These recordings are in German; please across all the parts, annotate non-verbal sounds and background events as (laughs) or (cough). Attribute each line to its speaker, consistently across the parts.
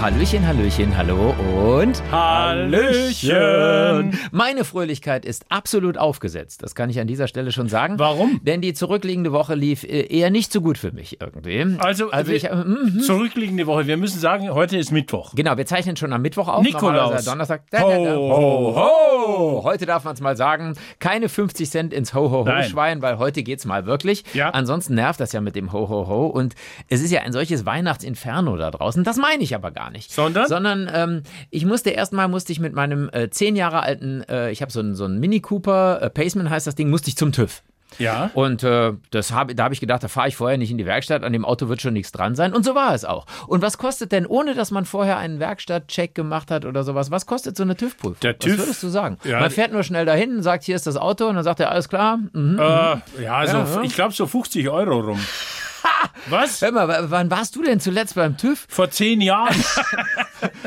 Speaker 1: Hallöchen, Hallöchen, hallo und
Speaker 2: Hallöchen!
Speaker 1: Meine Fröhlichkeit ist absolut aufgesetzt. Das kann ich an dieser Stelle schon sagen.
Speaker 2: Warum?
Speaker 1: Denn die zurückliegende Woche lief äh, eher nicht so gut für mich irgendwie.
Speaker 2: Also,
Speaker 1: also
Speaker 2: wir-
Speaker 1: ich, äh, mhm.
Speaker 2: Zurückliegende Woche. Wir müssen sagen, heute ist Mittwoch.
Speaker 1: genau, wir zeichnen schon am Mittwoch auf.
Speaker 2: Nikolaus.
Speaker 1: Normalerweise Donnerstag. Da, da, Oh. da.
Speaker 2: Ho, ho, ho.
Speaker 1: Heute darf man es mal sagen, keine 50 Cent ins
Speaker 2: Nein.
Speaker 1: Ho-Ho-Ho-Schwein, weil heute geht's mal wirklich.
Speaker 2: Ja.
Speaker 1: Ansonsten nervt das ja mit dem Ho-Ho-Ho und es ist ja ein solches Weihnachtsinferno da draußen. Das meine ich aber gar nicht.
Speaker 2: Sondern?
Speaker 1: Sondern ähm, ich musste erstmal, musste ich mit meinem äh, 10 Jahre alten, äh, ich habe so einen so einen Mini Cooper, äh, Paceman heißt das Ding, musste ich zum TÜV.
Speaker 2: Ja.
Speaker 1: Und äh, das hab, da habe ich gedacht, da fahre ich vorher nicht in die Werkstatt, an dem Auto wird schon nichts dran sein. Und so war es auch. Und was kostet denn, ohne dass man vorher einen Werkstattcheck gemacht hat oder sowas, was kostet so eine TÜV-Prüfung?
Speaker 2: Der
Speaker 1: Was
Speaker 2: TÜV?
Speaker 1: würdest du sagen?
Speaker 2: Ja.
Speaker 1: man fährt nur schnell dahin, sagt, hier ist das Auto und dann sagt er, alles klar. Mhm.
Speaker 2: Äh, ja, so,
Speaker 1: ja.
Speaker 2: ich glaube so 50
Speaker 1: (laughs)
Speaker 2: Euro rum. Was?
Speaker 1: Hör mal, w- wann warst du denn zuletzt beim TÜV?
Speaker 2: Vor zehn Jahren.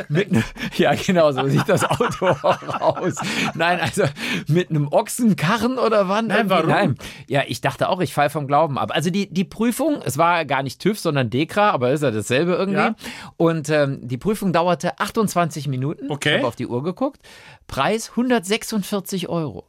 Speaker 1: Mit, ne- (laughs) ja, genau, so sieht das Auto (laughs) auch aus. Nein, also mit einem Ochsenkarren oder wann? Irgendwie-
Speaker 2: warum?
Speaker 1: Ja, ich dachte auch, ich fall vom Glauben ab. Also die, die Prüfung, es war gar nicht TÜV, sondern DEKRA, aber ist ja dasselbe irgendwie.
Speaker 2: Ja.
Speaker 1: Und ähm, die Prüfung dauerte 28 Minuten.
Speaker 2: Okay.
Speaker 1: Ich habe auf die Uhr geguckt. Preis 146 Euro.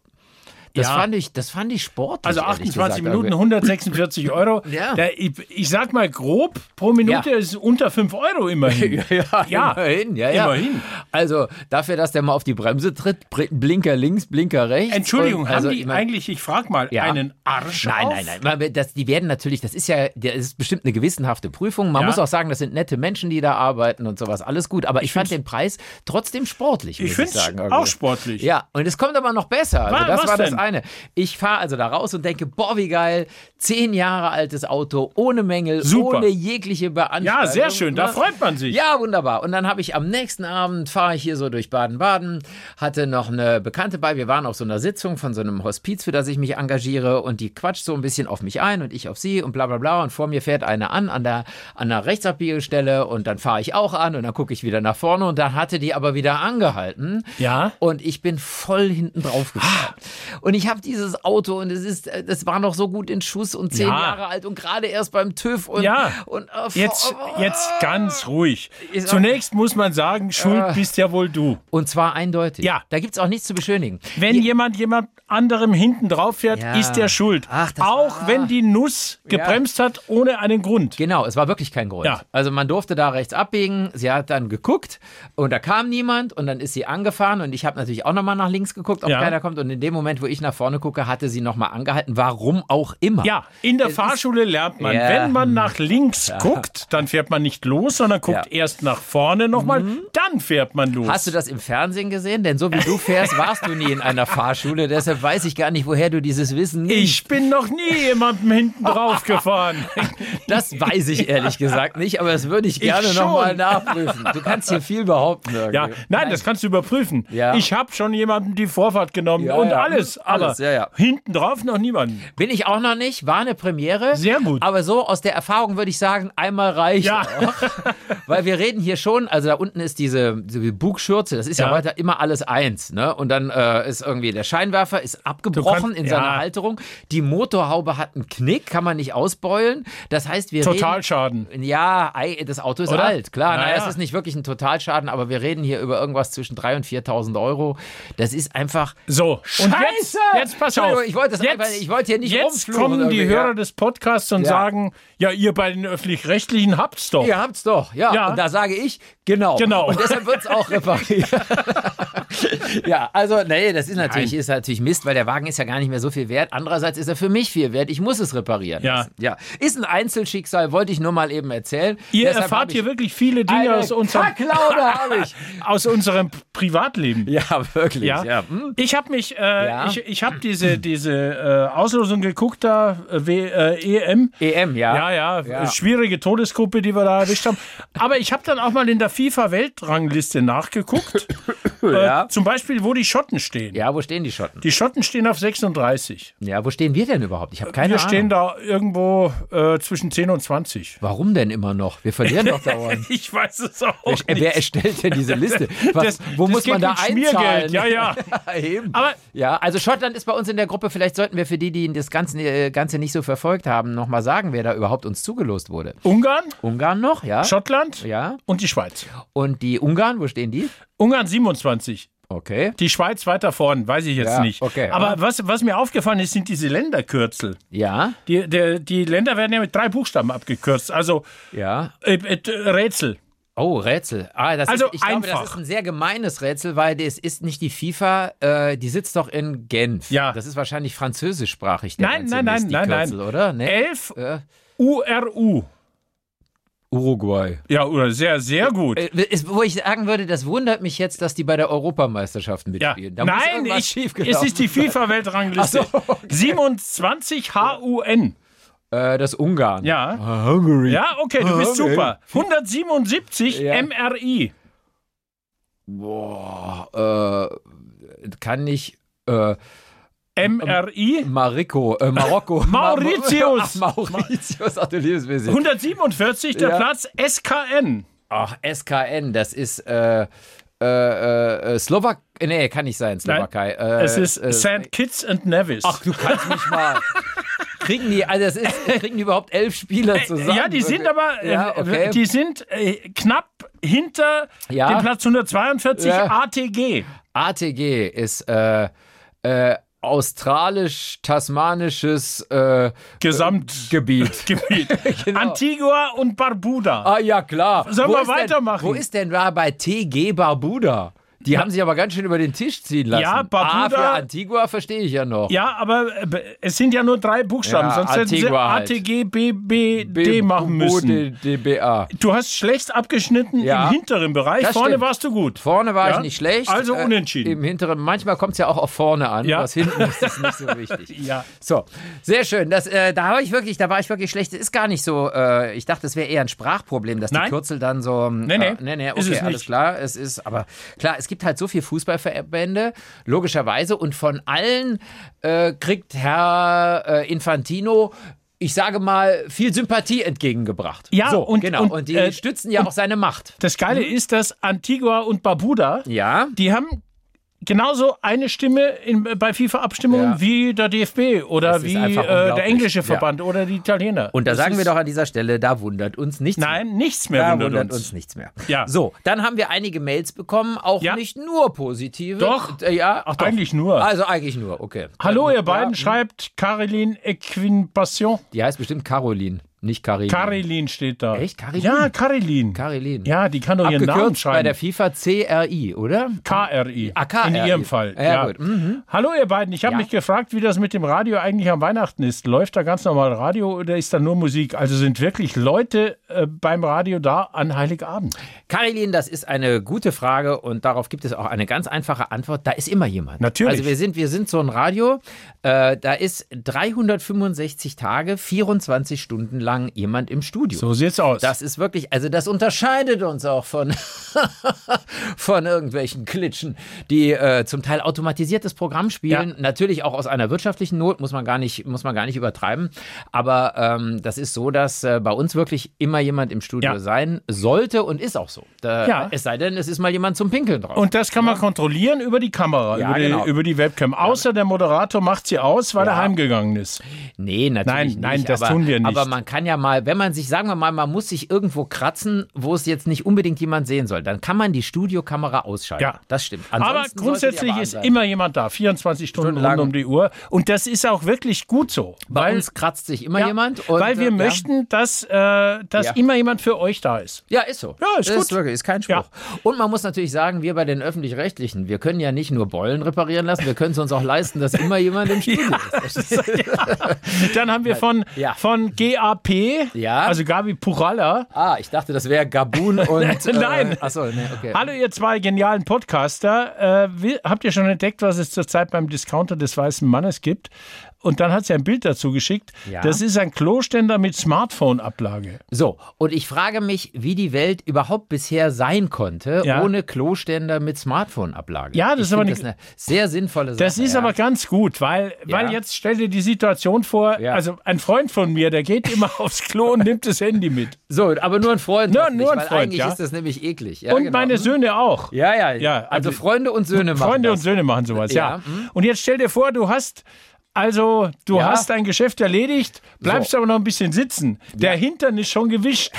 Speaker 1: Das,
Speaker 2: Ja.
Speaker 1: fand ich, das fand ich sportlich.
Speaker 2: Also
Speaker 1: ehrlich
Speaker 2: 28
Speaker 1: gesagt.
Speaker 2: Minuten, 146 Euro.
Speaker 1: (laughs) Ja.
Speaker 2: Da, ich, ich sag mal grob, pro Minute
Speaker 1: Ja.
Speaker 2: ist unter 5 Euro immerhin.
Speaker 1: (laughs) Ja,
Speaker 2: Ja,
Speaker 1: immerhin. Ja, ja.
Speaker 2: immerhin.
Speaker 1: Also dafür, dass der mal auf die Bremse tritt, br- Blinker links, Blinker rechts.
Speaker 2: Entschuldigung,
Speaker 1: Und
Speaker 2: haben
Speaker 1: also,
Speaker 2: die
Speaker 1: ich mein-
Speaker 2: eigentlich, ich frag mal,
Speaker 1: Ja.
Speaker 2: einen Arsch
Speaker 1: Nein,
Speaker 2: auf?
Speaker 1: nein, nein. Man- Das, die werden natürlich, das ist ja, das ist bestimmt eine gewissenhafte Prüfung. Man
Speaker 2: Ja.
Speaker 1: muss auch sagen, das sind nette Menschen, die da arbeiten und sowas. Alles gut. Aber ich, fand den Preis trotzdem sportlich. muss
Speaker 2: Ich finde
Speaker 1: sagen,
Speaker 2: es
Speaker 1: irgendwie.
Speaker 2: auch sportlich.
Speaker 1: Ja, und es kommt aber noch besser. Also
Speaker 2: Wa-
Speaker 1: das
Speaker 2: was
Speaker 1: war das
Speaker 2: denn?
Speaker 1: eine. Ich fahre also da raus und denke, boah, wie geil. Zehn Jahre altes Auto, ohne Mängel,
Speaker 2: Super.
Speaker 1: ohne jegliche Beanstandung.
Speaker 2: Ja, sehr schön, da
Speaker 1: ne?
Speaker 2: freut man sich.
Speaker 1: Ja, wunderbar. Und dann habe ich am nächsten Abend, fahre ich hier so durch Baden-Baden, hatte noch eine Bekannte bei, wir waren auf so einer Sitzung von so einem Hospiz, für das ich mich engagiere und die quatscht so ein bisschen auf mich ein und ich auf sie und bla bla bla und vor mir fährt eine an, an der, an der Rechtsabbiegelstelle und dann fahre ich auch an und dann gucke ich wieder nach vorne und dann hatte die aber wieder angehalten
Speaker 2: Ja. Ah.
Speaker 1: und ich bin voll hinten drauf gefahren. Und ich habe dieses Auto und es ist, äh, das war noch so gut in Schuss und zehn
Speaker 2: Ja.
Speaker 1: Jahre alt und gerade erst beim TÜV und,
Speaker 2: Ja.
Speaker 1: und äh,
Speaker 2: Jetzt,
Speaker 1: oh,
Speaker 2: jetzt ganz ruhig.
Speaker 1: Ist auch- Äh.
Speaker 2: Zunächst muss man sagen, schuld bist ja wohl du.
Speaker 1: Und zwar eindeutig.
Speaker 2: Ja.
Speaker 1: Da gibt's auch nichts zu beschönigen.
Speaker 2: Wenn jemand jemand anderem hinten drauf fährt,
Speaker 1: Ja.
Speaker 2: ist der schuld.
Speaker 1: Ach, das
Speaker 2: auch
Speaker 1: war-
Speaker 2: wenn die Nuss gebremst hat ohne einen Grund.
Speaker 1: Genau, es war wirklich kein Grund.
Speaker 2: Ja.
Speaker 1: Also man durfte da rechts abbiegen. Sie hat dann geguckt und da kam niemand und dann ist sie angefahren und ich habe natürlich auch nochmal nach links geguckt, ob
Speaker 2: Ja.
Speaker 1: keiner kommt. Und in dem Moment, wo ich nach vorne gucke, hatte sie nochmal angehalten. Warum auch immer.
Speaker 2: Ja, in der
Speaker 1: Es ist-
Speaker 2: Fahrschule lernt man,
Speaker 1: Ja.
Speaker 2: wenn man nach links guckt, dann fährt man nicht los, sondern guckt
Speaker 1: Ja. Mhm.
Speaker 2: erst nach vorne nochmal, dann fährt man los.
Speaker 1: Hast du das im Fernsehen gesehen? Denn so wie du
Speaker 2: (laughs)
Speaker 1: fährst, warst du nie in einer Fahrschule. Deshalb weiß ich gar nicht, woher du dieses Wissen nimmst.
Speaker 2: ich bin noch nie jemandem hinten drauf
Speaker 1: (laughs)
Speaker 2: gefahren.
Speaker 1: Das weiß
Speaker 2: (laughs)
Speaker 1: ich ehrlich gesagt nicht, aber das würde ich gerne
Speaker 2: schon.
Speaker 1: nochmal nachprüfen. Du kannst hier viel behaupten. irgendwie.
Speaker 2: Ja, nein, das kannst du überprüfen.
Speaker 1: Ja.
Speaker 2: Ich habe schon jemandem die Vorfahrt genommen
Speaker 1: Ja,
Speaker 2: und
Speaker 1: ja.
Speaker 2: alles, aber
Speaker 1: Alles, ja, ja.
Speaker 2: hinten drauf noch niemanden.
Speaker 1: Bin ich auch noch nicht, war eine Premiere.
Speaker 2: Sehr gut.
Speaker 1: Aber so aus der Erfahrung würde ich sagen, einmal reicht
Speaker 2: Ja.
Speaker 1: auch. (laughs) Weil wir reden hier schon, also da unten ist diese, diese Bugschürze, das ist ja,
Speaker 2: Ja.
Speaker 1: heute immer alles eins. Ne? Und dann äh, ist irgendwie der Scheinwerfer ist abgebrochen
Speaker 2: kannst-
Speaker 1: in seiner
Speaker 2: ja.
Speaker 1: Halterung. Die Motorhaube hat einen Knick, kann man nicht ausbeulen. Das heißt, wir reden...
Speaker 2: Totalschaden.
Speaker 1: Ja, ei, das Auto ist
Speaker 2: Oder?
Speaker 1: alt, klar. Naja.
Speaker 2: Naja.
Speaker 1: es ist nicht wirklich ein Totalschaden, aber wir reden hier über irgendwas zwischen 3.000 und 4.000 Euro. Das ist einfach
Speaker 2: So, und jetzt, jetzt pass auf.
Speaker 1: Entschuldigung, ich wollte das einfach- ich wollte hier nicht
Speaker 2: Jetzt
Speaker 1: rumfluchen
Speaker 2: kommen die
Speaker 1: irgendwie, ja.
Speaker 2: Hörer des Podcasts und
Speaker 1: Ja.
Speaker 2: sagen, ja, ihr bei den Öffentlich-Rechtlichen habt's doch.
Speaker 1: Ihr habt's doch, ja.
Speaker 2: Ja.
Speaker 1: Und da sage ich, genau.
Speaker 2: Genau.
Speaker 1: Und deshalb wird's auch
Speaker 2: (laughs)
Speaker 1: repariert. ja, also, nee, das ist natürlich,
Speaker 2: Nein.
Speaker 1: ist natürlich Mist, weil der Wagen ist ja gar nicht mehr so viel wert. Andererseits ist er für mich viel wert. Ich muss es reparieren.
Speaker 2: Ja.
Speaker 1: lassen. ja. Ist ein Einzelschicksal, wollte ich nur mal eben erzählen.
Speaker 2: Ihr
Speaker 1: Deshalb hab
Speaker 2: erfahrt
Speaker 1: ich
Speaker 2: hier wirklich viele Dinge
Speaker 1: eine
Speaker 2: aus unserem,
Speaker 1: Kacklaude
Speaker 2: (laughs)
Speaker 1: habe ich.
Speaker 2: aus unserem Privatleben.
Speaker 1: Ja, wirklich. Ja. Hm.
Speaker 2: Ich habe mich, äh,
Speaker 1: Ja.
Speaker 2: ich, ich habe diese, diese äh, Auslosung geguckt da, äh, w, äh, EM.
Speaker 1: EM, ja.
Speaker 2: Ja, ja,
Speaker 1: E Ja.
Speaker 2: schwierige Todesgruppe, die wir da erwischt haben. Aber ich habe dann auch mal in der FIFA-Weltrangliste nachgeguckt.
Speaker 1: (laughs) Ja.
Speaker 2: äh, zum Beispiel, wo die Schotten stehen.
Speaker 1: Ja, wo stehen die Schotten?
Speaker 2: Die Schotten stehen auf 36.
Speaker 1: Ja, wo stehen wir denn überhaupt? Ich habe keine
Speaker 2: wir
Speaker 1: Ahnung.
Speaker 2: stehen da irgendwo äh, zwischen 10 und 20.
Speaker 1: Warum denn immer noch? Wir verlieren
Speaker 2: (laughs)
Speaker 1: doch dauernd.
Speaker 2: Ich weiß es auch
Speaker 1: Wer, wer erstellt denn diese Liste? Was,
Speaker 2: Das-
Speaker 1: wo
Speaker 2: das
Speaker 1: muss man
Speaker 2: geht
Speaker 1: da
Speaker 2: mit Schmiergeld.
Speaker 1: einzahlen?
Speaker 2: Ja, ja.
Speaker 1: (laughs) Eben.
Speaker 2: Aber
Speaker 1: Ja, also Schottland ist bei uns in der Gruppe. Vielleicht sollten wir für die, die das Ganze, äh, Ganze nicht so verfolgt haben, nochmal sagen, wer da überhaupt uns zugelost wurde.
Speaker 2: Ungarn,
Speaker 1: Ungarn noch, ja?
Speaker 2: Schottland
Speaker 1: ja.
Speaker 2: und die Schweiz.
Speaker 1: Und die Ungarn, wo stehen die?
Speaker 2: Ungarn 27.
Speaker 1: Okay.
Speaker 2: Die Schweiz weiter vorn, weiß ich jetzt
Speaker 1: Ja,
Speaker 2: nicht.
Speaker 1: okay.
Speaker 2: Aber was, was mir aufgefallen ist, sind diese Länderkürzel.
Speaker 1: Ja,
Speaker 2: Die, der, die Länder werden ja mit drei Buchstaben abgekürzt. Also
Speaker 1: ja.
Speaker 2: äh, äh, Rätsel.
Speaker 1: Oh, Rätsel. Ah, das
Speaker 2: Also
Speaker 1: ist, ich glaube, das
Speaker 2: einfach.
Speaker 1: ist ein sehr gemeines Rätsel, weil es ist nicht die FIFA, äh, die sitzt doch in Genf.
Speaker 2: Ja.
Speaker 1: Das ist wahrscheinlich französischsprachig. Der
Speaker 2: Nein,
Speaker 1: ganze
Speaker 2: nein, nein,
Speaker 1: Mist, die
Speaker 2: nein, nein.
Speaker 1: Kürzel, oder? Nee.
Speaker 2: Elf
Speaker 1: Äh,
Speaker 2: URU.
Speaker 1: Uruguay.
Speaker 2: Ja, oder sehr, sehr gut.
Speaker 1: Äh, Ist, wo ich sagen würde, das wundert mich jetzt, dass die bei der Europameisterschaft
Speaker 2: Ja.
Speaker 1: mitspielen. Da muss
Speaker 2: Nein,
Speaker 1: irgendwas
Speaker 2: ich,
Speaker 1: schiefgelaufen
Speaker 2: es ist die FIFA-Weltrangliste.
Speaker 1: Ach so, okay.
Speaker 2: 27 HUN.
Speaker 1: Äh, das Ungarn.
Speaker 2: Ja.
Speaker 1: Ah, Hungary.
Speaker 2: Ja, okay, du bist
Speaker 1: Okay.
Speaker 2: super. 177
Speaker 1: Ja.
Speaker 2: MRI.
Speaker 1: Boah, äh, kann ich äh,
Speaker 2: MRI.
Speaker 1: Mariko, äh, Marokko.
Speaker 2: (laughs) Mauritius.
Speaker 1: (laughs) Ach, Mauritius, ach du liebes bisschen.
Speaker 2: 147 der
Speaker 1: Ja.
Speaker 2: Platz SKN.
Speaker 1: Ach, SKN, das ist äh, äh, äh, Slowak. Nee, kann nicht sein, Slowakei. Äh,
Speaker 2: Es ist
Speaker 1: äh,
Speaker 2: St. Kitts and Nevis.
Speaker 1: Ach, du kannst mich
Speaker 2: (laughs)
Speaker 1: mal. Kriegen die, also das ist, kriegen die überhaupt elf Spieler zusammen?
Speaker 2: ja, die sind aber, äh,
Speaker 1: Ja, okay.
Speaker 2: die sind äh, knapp hinter
Speaker 1: Ja.
Speaker 2: dem Platz 142
Speaker 1: Ja.
Speaker 2: ATG.
Speaker 1: ATG ist äh, äh, australisch-tasmanisches äh, Genau.
Speaker 2: Gesamtgebiet.
Speaker 1: Gebiet.
Speaker 2: Antigua und Barbuda.
Speaker 1: (laughs) Ah ja, klar.
Speaker 2: Sollen
Speaker 1: Wo
Speaker 2: wir
Speaker 1: ist denn-
Speaker 2: weitermachen?
Speaker 1: Wo ist denn da bei TG Barbuda? Die haben sich aber ganz schön über den Tisch ziehen lassen.
Speaker 2: Ja, Barbuda-
Speaker 1: A für Antigua verstehe ich ja noch.
Speaker 2: Ja, aber äh, es sind ja nur drei Buchstaben,
Speaker 1: Ja,
Speaker 2: sonst hätten sie
Speaker 1: Antigua halt.
Speaker 2: ATG, BBD machen
Speaker 1: B-
Speaker 2: müssen.
Speaker 1: D- DBA.
Speaker 2: Du hast schlecht abgeschnitten
Speaker 1: Ja.
Speaker 2: im hinteren Bereich.
Speaker 1: Das
Speaker 2: Vorne
Speaker 1: stimmt.
Speaker 2: warst du gut.
Speaker 1: Vorne war
Speaker 2: Ja.
Speaker 1: ich nicht schlecht.
Speaker 2: Also
Speaker 1: Äh,
Speaker 2: unentschieden.
Speaker 1: Im hinteren, manchmal kommt es ja auch auf vorne an,
Speaker 2: Ja.
Speaker 1: was hinten ist, ist nicht so wichtig.
Speaker 2: (laughs) Ja.
Speaker 1: So, sehr schön. Das, äh, da war ich wirklich, da war ich wirklich schlecht. Das ist gar nicht so. Äh, ich dachte, es wäre eher ein Sprachproblem, dass die
Speaker 2: Nein.
Speaker 1: Kürzel dann so. Nee,
Speaker 2: nee.
Speaker 1: Äh, nee, nee, okay,
Speaker 2: Ist es
Speaker 1: alles
Speaker 2: nicht.
Speaker 1: klar. Es ist, aber klar, es gibt halt so viele Fußballverbände, logischerweise, und von allen äh, kriegt Herr äh, Infantino. Ich sage mal, viel Sympathie entgegengebracht.
Speaker 2: Ja,
Speaker 1: so,
Speaker 2: und-
Speaker 1: genau.
Speaker 2: und,
Speaker 1: Und die
Speaker 2: äh,
Speaker 1: stützen ja auch seine Macht.
Speaker 2: Das Geile ist, dass Antigua und Barbuda,
Speaker 1: Mhm. Ja.
Speaker 2: die haben genauso eine Stimme in, bei FIFA-Abstimmungen
Speaker 1: Ja.
Speaker 2: wie der DFB oder
Speaker 1: Das ist
Speaker 2: wie
Speaker 1: einfach
Speaker 2: äh,
Speaker 1: unglaublich.
Speaker 2: der englische
Speaker 1: Ja.
Speaker 2: Verband oder die Italiener.
Speaker 1: Und da
Speaker 2: Das
Speaker 1: sagen wir
Speaker 2: ist-
Speaker 1: doch an dieser Stelle, da wundert uns nichts mehr.
Speaker 2: Nein, nichts mehr
Speaker 1: Da
Speaker 2: wundert, uns.
Speaker 1: nichts mehr.
Speaker 2: Ja.
Speaker 1: So, dann haben wir einige Mails bekommen, auch
Speaker 2: Ja.
Speaker 1: nicht nur positive.
Speaker 2: Doch.
Speaker 1: Äh, Ja, ach doch.
Speaker 2: Eigentlich nur.
Speaker 1: Also eigentlich nur, okay.
Speaker 2: Hallo,
Speaker 1: Ähm,
Speaker 2: ihr beiden,
Speaker 1: Ja,
Speaker 2: schreibt Caroline Equinpassion.
Speaker 1: die heißt bestimmt Caroline, nicht Caroline.
Speaker 2: Caroline steht da.
Speaker 1: Echt? Caroline?
Speaker 2: Ja, Caroline.
Speaker 1: Caroline.
Speaker 2: ja, die kann doch ihren Namen
Speaker 1: Abgekürzt bei der
Speaker 2: schreiben.
Speaker 1: FIFA CRI, oder?
Speaker 2: KRI.
Speaker 1: Ah, KRI.
Speaker 2: In ihrem Fall.
Speaker 1: Ja, gut. Mhm.
Speaker 2: Hallo, ihr beiden. Ich habe
Speaker 1: Ja.
Speaker 2: mich gefragt, wie das mit dem Radio eigentlich am Weihnachten ist. Läuft da ganz normal Radio oder ist da nur Musik? Also sind wirklich Leute äh, beim Radio da an Heiligabend?
Speaker 1: Caroline, das ist eine gute Frage und darauf gibt es auch eine ganz einfache Antwort. Da ist immer jemand.
Speaker 2: Natürlich.
Speaker 1: Also wir sind, wir sind so ein Radio, äh, da ist 365 Tage, 24 Stunden lang jemand im Studio.
Speaker 2: So sieht's aus.
Speaker 1: Das ist wirklich, also das unterscheidet uns auch von, (laughs) von irgendwelchen Klitschen, die äh, zum Teil automatisiertes Programm spielen.
Speaker 2: Ja.
Speaker 1: Natürlich auch aus einer wirtschaftlichen Not, muss man gar nicht, muss man gar nicht übertreiben. Aber ähm, das ist so, dass äh, bei uns wirklich immer jemand im Studio
Speaker 2: Ja.
Speaker 1: sein sollte und ist auch so. Da,
Speaker 2: Ja.
Speaker 1: Es sei denn, es ist mal jemand zum Pinkeln drauf.
Speaker 2: und das kann man kontrollieren über die Kamera,
Speaker 1: Ja,
Speaker 2: über, die,
Speaker 1: genau.
Speaker 2: über die Webcam. Außer der Moderator macht sie aus, weil
Speaker 1: Ja.
Speaker 2: er heimgegangen ist.
Speaker 1: Nee, natürlich
Speaker 2: Nein, nein,
Speaker 1: nicht,
Speaker 2: das
Speaker 1: aber,
Speaker 2: tun wir nicht.
Speaker 1: Aber man kann ja mal, wenn man sich, sagen wir mal, man muss sich irgendwo kratzen, wo es jetzt nicht unbedingt jemand sehen soll, dann kann man die Studiokamera ausschalten.
Speaker 2: Ja.
Speaker 1: Das stimmt.
Speaker 2: Aber
Speaker 1: Ansonsten sollte die
Speaker 2: grundsätzlich
Speaker 1: aber an
Speaker 2: ist
Speaker 1: sein.
Speaker 2: immer jemand da, 24 Stunden
Speaker 1: Stundenlang.
Speaker 2: rund um die Uhr. Und das ist auch wirklich gut so.
Speaker 1: Bei
Speaker 2: weil,
Speaker 1: uns kratzt sich immer
Speaker 2: ja,
Speaker 1: jemand. Und,
Speaker 2: weil wir
Speaker 1: äh, ja.
Speaker 2: möchten, dass, äh, dass
Speaker 1: Ja.
Speaker 2: immer jemand für euch da ist.
Speaker 1: Ja, ist so.
Speaker 2: Ja, ist
Speaker 1: das
Speaker 2: gut.
Speaker 1: Ist, wirklich, ist kein Spruch.
Speaker 2: Ja.
Speaker 1: Und man muss natürlich sagen, wir bei den Öffentlich-Rechtlichen, wir können ja nicht nur Beulen reparieren lassen, wir können es uns auch
Speaker 2: (laughs)
Speaker 1: leisten, dass immer jemand im Studio ist.
Speaker 2: Dann haben wir von,
Speaker 1: Ja.
Speaker 2: von GAP P,
Speaker 1: Ja.
Speaker 2: also Gabi Puchalla.
Speaker 1: Ah, ich dachte, das wäre Gabun und.
Speaker 2: (laughs) Nein.
Speaker 1: Äh, achso, nee, okay.
Speaker 2: Hallo, ihr zwei genialen Podcaster. Äh, wie, habt ihr schon entdeckt, was es zurzeit beim Discounter des Weißen Mannes gibt? Und dann hat sie ein Bild dazu geschickt.
Speaker 1: Ja.
Speaker 2: Das ist ein Kloständer mit Smartphone-Ablage.
Speaker 1: So, und ich frage mich, wie die Welt überhaupt bisher sein konnte,
Speaker 2: Ja.
Speaker 1: ohne Kloständer mit Smartphone-Ablage.
Speaker 2: Ja, das
Speaker 1: Ich
Speaker 2: ist aber
Speaker 1: finde
Speaker 2: nicht-
Speaker 1: das eine sehr sinnvolle Sache.
Speaker 2: Das ist
Speaker 1: ja.
Speaker 2: aber ganz gut, weil, weil jetzt stell dir die Situation vor,
Speaker 1: Ja.
Speaker 2: also ein Freund von mir, der geht immer (laughs) aufs Klo und nimmt das Handy mit.
Speaker 1: So, aber nur ein Freund.
Speaker 2: Nur-
Speaker 1: hoffentlich,
Speaker 2: nur ein
Speaker 1: weil
Speaker 2: Freund,
Speaker 1: Eigentlich
Speaker 2: ja.
Speaker 1: ist das nämlich eklig. Ja,
Speaker 2: und
Speaker 1: genau.
Speaker 2: meine Söhne auch.
Speaker 1: Ja, ja,
Speaker 2: Ja,
Speaker 1: Also
Speaker 2: also-
Speaker 1: Freunde und Söhne machen
Speaker 2: Freunde
Speaker 1: das.
Speaker 2: und Söhne machen sowas, ja.
Speaker 1: Ja, hm.
Speaker 2: Und jetzt stell dir vor, du hast. Also, du
Speaker 1: Ja.
Speaker 2: hast dein Geschäft erledigt, bleibst aber noch ein bisschen sitzen. Der Hintern ist schon gewischt.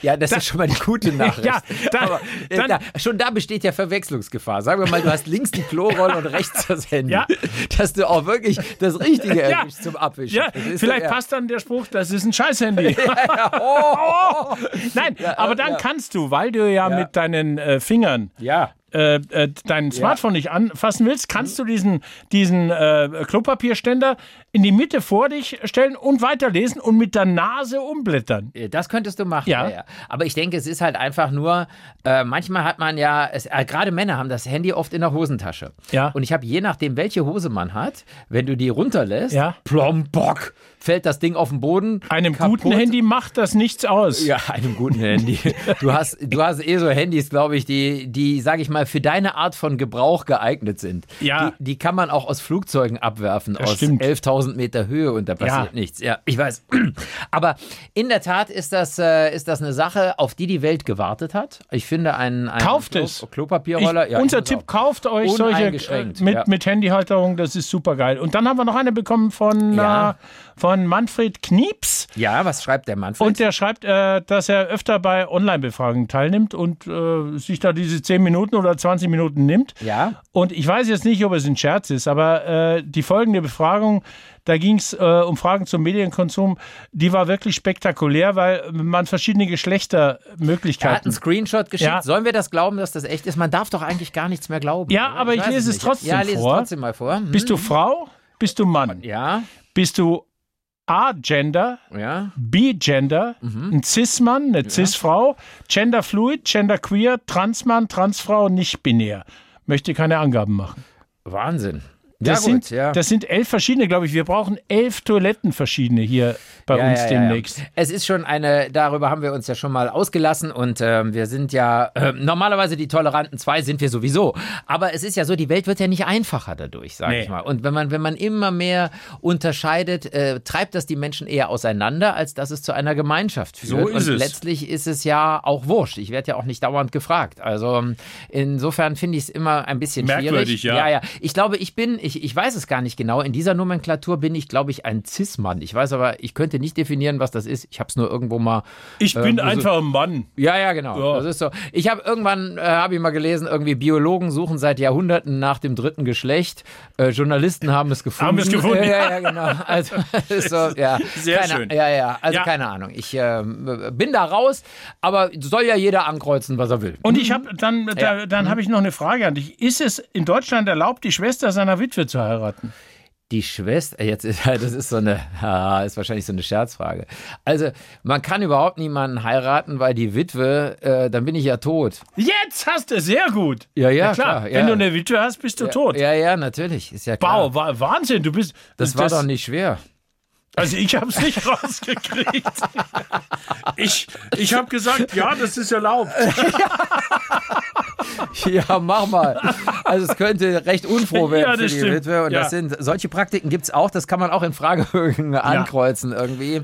Speaker 1: Ja, das ist schon mal die
Speaker 2: (laughs)
Speaker 1: gute Nachricht.
Speaker 2: Ja, da-
Speaker 1: aber, äh,
Speaker 2: dann-
Speaker 1: da, schon da besteht ja Verwechslungsgefahr. Sagen wir mal, du hast links die Klorolle und rechts das Handy.
Speaker 2: Ja.
Speaker 1: Dass du auch wirklich das Richtige erwischst zum Abwischen.
Speaker 2: (laughs) Ja,
Speaker 1: Das ist
Speaker 2: vielleicht
Speaker 1: ja-
Speaker 2: passt dann der Spruch, das ist
Speaker 1: (laughs)
Speaker 2: ein Scheißhandy. (laughs)
Speaker 1: Oh.
Speaker 2: Nein, aber dann kannst du, weil du ja, mit deinen äh, Fingern
Speaker 1: Ja.
Speaker 2: äh, äh, dein Smartphone nicht anfassen willst, kannst du diesen, diesen äh, Klopapierständer in die Mitte vor dich stellen und weiterlesen und mit der Nase umblättern.
Speaker 1: Äh, Das könntest du machen.
Speaker 2: Ja.
Speaker 1: Aber ich denke, es ist halt einfach nur, äh, manchmal hat man ja, es, äh, gerade Männer haben das Handy oft in der Hosentasche.
Speaker 2: Ja.
Speaker 1: Und ich habe je nachdem, welche Hose man hat, wenn du die runterlässt,
Speaker 2: Ja.
Speaker 1: plombock, fällt das Ding auf den Boden.
Speaker 2: Einem
Speaker 1: kaputt.
Speaker 2: guten Handy macht das nichts aus.
Speaker 1: Ja, einem guten Handy. Du hast, du hast eh so Handys, glaube ich, die, die, sage ich mal, für deine Art von Gebrauch geeignet sind.
Speaker 2: Ja.
Speaker 1: Die, die kann man auch aus Flugzeugen abwerfen, aus
Speaker 2: stimmt.
Speaker 1: 11.000 Meter Höhe und da passiert
Speaker 2: Ja.
Speaker 1: nichts. Ja, ich weiß. (clears throat) Aber in der Tat ist das, äh, ist das eine Sache, auf die die Welt gewartet hat. Ich finde, ein, ein
Speaker 2: Kauft
Speaker 1: Klo
Speaker 2: es. Ich,
Speaker 1: Klopapierroller. ja, ich
Speaker 2: unser
Speaker 1: muss
Speaker 2: Tipp,
Speaker 1: auch-
Speaker 2: kauft euch solche äh,
Speaker 1: Uneingeschränkt,
Speaker 2: mit,
Speaker 1: ja.
Speaker 2: mit Handyhalterung, das ist super geil. Und dann haben wir noch eine bekommen von,
Speaker 1: Ja.
Speaker 2: äh, von Manfred Knieps.
Speaker 1: Ja, was schreibt der Manfred?
Speaker 2: Und der schreibt, äh, dass er öfter bei Online-Befragungen teilnimmt und äh, sich da diese 10 Minuten oder 20 Minuten nimmt.
Speaker 1: Ja.
Speaker 2: Und ich weiß jetzt nicht, ob es ein Scherz ist, aber äh, die folgende Befragung, da ging es äh, um Fragen zum Medienkonsum, die war wirklich spektakulär, weil man verschiedene
Speaker 1: er hat einen
Speaker 2: Geschlechtermöglichkeiten.
Speaker 1: Screenshot geschickt.
Speaker 2: Ja.
Speaker 1: Sollen wir das glauben, dass das echt ist? Man darf doch eigentlich gar nichts mehr glauben.
Speaker 2: Ja,
Speaker 1: oder?
Speaker 2: aber ich
Speaker 1: weiß
Speaker 2: lese es
Speaker 1: nicht.
Speaker 2: trotzdem
Speaker 1: Ja, lese
Speaker 2: vor.
Speaker 1: es trotzdem mal vor. Hm.
Speaker 2: Bist du Frau? Bist du Mann?
Speaker 1: Ja,
Speaker 2: Bist du A-Gender?
Speaker 1: ja.
Speaker 2: B-Gender,
Speaker 1: Mhm.
Speaker 2: ein Cis-Mann, eine Cis-Frau, Genderfluid, Genderqueer, Transmann, Transfrau, nicht-binär. Möchte keine Angaben machen.
Speaker 1: Wahnsinn.
Speaker 2: Das,
Speaker 1: ja, gut,
Speaker 2: sind,
Speaker 1: ja.
Speaker 2: das sind elf verschiedene, glaube ich. Wir brauchen elf Toiletten verschiedene hier bei
Speaker 1: ja,
Speaker 2: uns
Speaker 1: ja, ja,
Speaker 2: demnächst.
Speaker 1: Ja. Es ist schon eine, darüber haben wir uns ja schon mal ausgelassen und ähm, wir sind ja äh, normalerweise die toleranten zwei sind wir sowieso. Aber es ist ja so, die Welt wird ja nicht einfacher dadurch, sage
Speaker 2: Nee.
Speaker 1: ich mal. Und wenn man, wenn man immer mehr unterscheidet, äh, treibt das die Menschen eher auseinander, als dass es zu einer Gemeinschaft führt.
Speaker 2: So ist
Speaker 1: und
Speaker 2: es.
Speaker 1: letztlich ist es ja auch wurscht. Ich werde ja auch nicht dauernd gefragt. Also ähm, insofern finde ich es immer ein bisschen schwierig.
Speaker 2: Merkwürdig, ja.
Speaker 1: ja, ja. Ich glaube, ich bin, ich, ich weiß es gar nicht genau, in dieser Nomenklatur bin ich, glaube ich, ein Cis-Mann. Ich weiß aber, ich könnte nicht definieren, was das ist. Ich habe es nur irgendwo mal.
Speaker 2: Ich bin
Speaker 1: also-
Speaker 2: einfach ein Mann.
Speaker 1: Ja, ja, genau.
Speaker 2: Ja.
Speaker 1: Das ist so. Ich habe irgendwann, äh, habe ich mal gelesen, irgendwie Biologen suchen seit Jahrhunderten nach dem dritten Geschlecht. Äh, Journalisten haben es gefunden.
Speaker 2: Haben es gefunden,
Speaker 1: Äh, (laughs) ja, ja, genau. Also, (laughs) das ist so, ja.
Speaker 2: Sehr
Speaker 1: keine,
Speaker 2: schön.
Speaker 1: Ja, ja. Also
Speaker 2: Ja.
Speaker 1: keine Ahnung. Ich ähm, bin da raus, aber soll ja jeder ankreuzen, was er will.
Speaker 2: Und ich habe dann, da,
Speaker 1: Mhm.
Speaker 2: dann habe ich noch eine Frage an dich. Ist es in Deutschland erlaubt, die Schwester seiner Witwe zu heiraten?
Speaker 1: Die Schwester, äh, jetzt ist (laughs) das ist so eine, ah, ist wahrscheinlich so eine Scherzfrage. Also, man kann überhaupt niemanden heiraten, weil die Witwe, äh, dann bin ich ja tot.
Speaker 2: Jetzt hast du sehr gut.
Speaker 1: Ja, ja,
Speaker 2: Na
Speaker 1: klar, ja.
Speaker 2: Wenn du eine Witwe hast, bist du tot.
Speaker 1: Ja, ja, natürlich, ist ja klar.
Speaker 2: Wow, wa- Wahnsinn, du bist.
Speaker 1: das war doch nicht schwer.
Speaker 2: Also ich habe es nicht (laughs) rausgekriegt. Ich, ich habe gesagt, ja, das ist erlaubt. (laughs)
Speaker 1: Ja, mach mal. Also es könnte recht unfroh werden
Speaker 2: Ja,
Speaker 1: für die
Speaker 2: das stimmt.
Speaker 1: Witwe. Und
Speaker 2: Ja.
Speaker 1: das sind solche Praktiken gibt's auch, das kann man auch in Fragebögen ankreuzen irgendwie.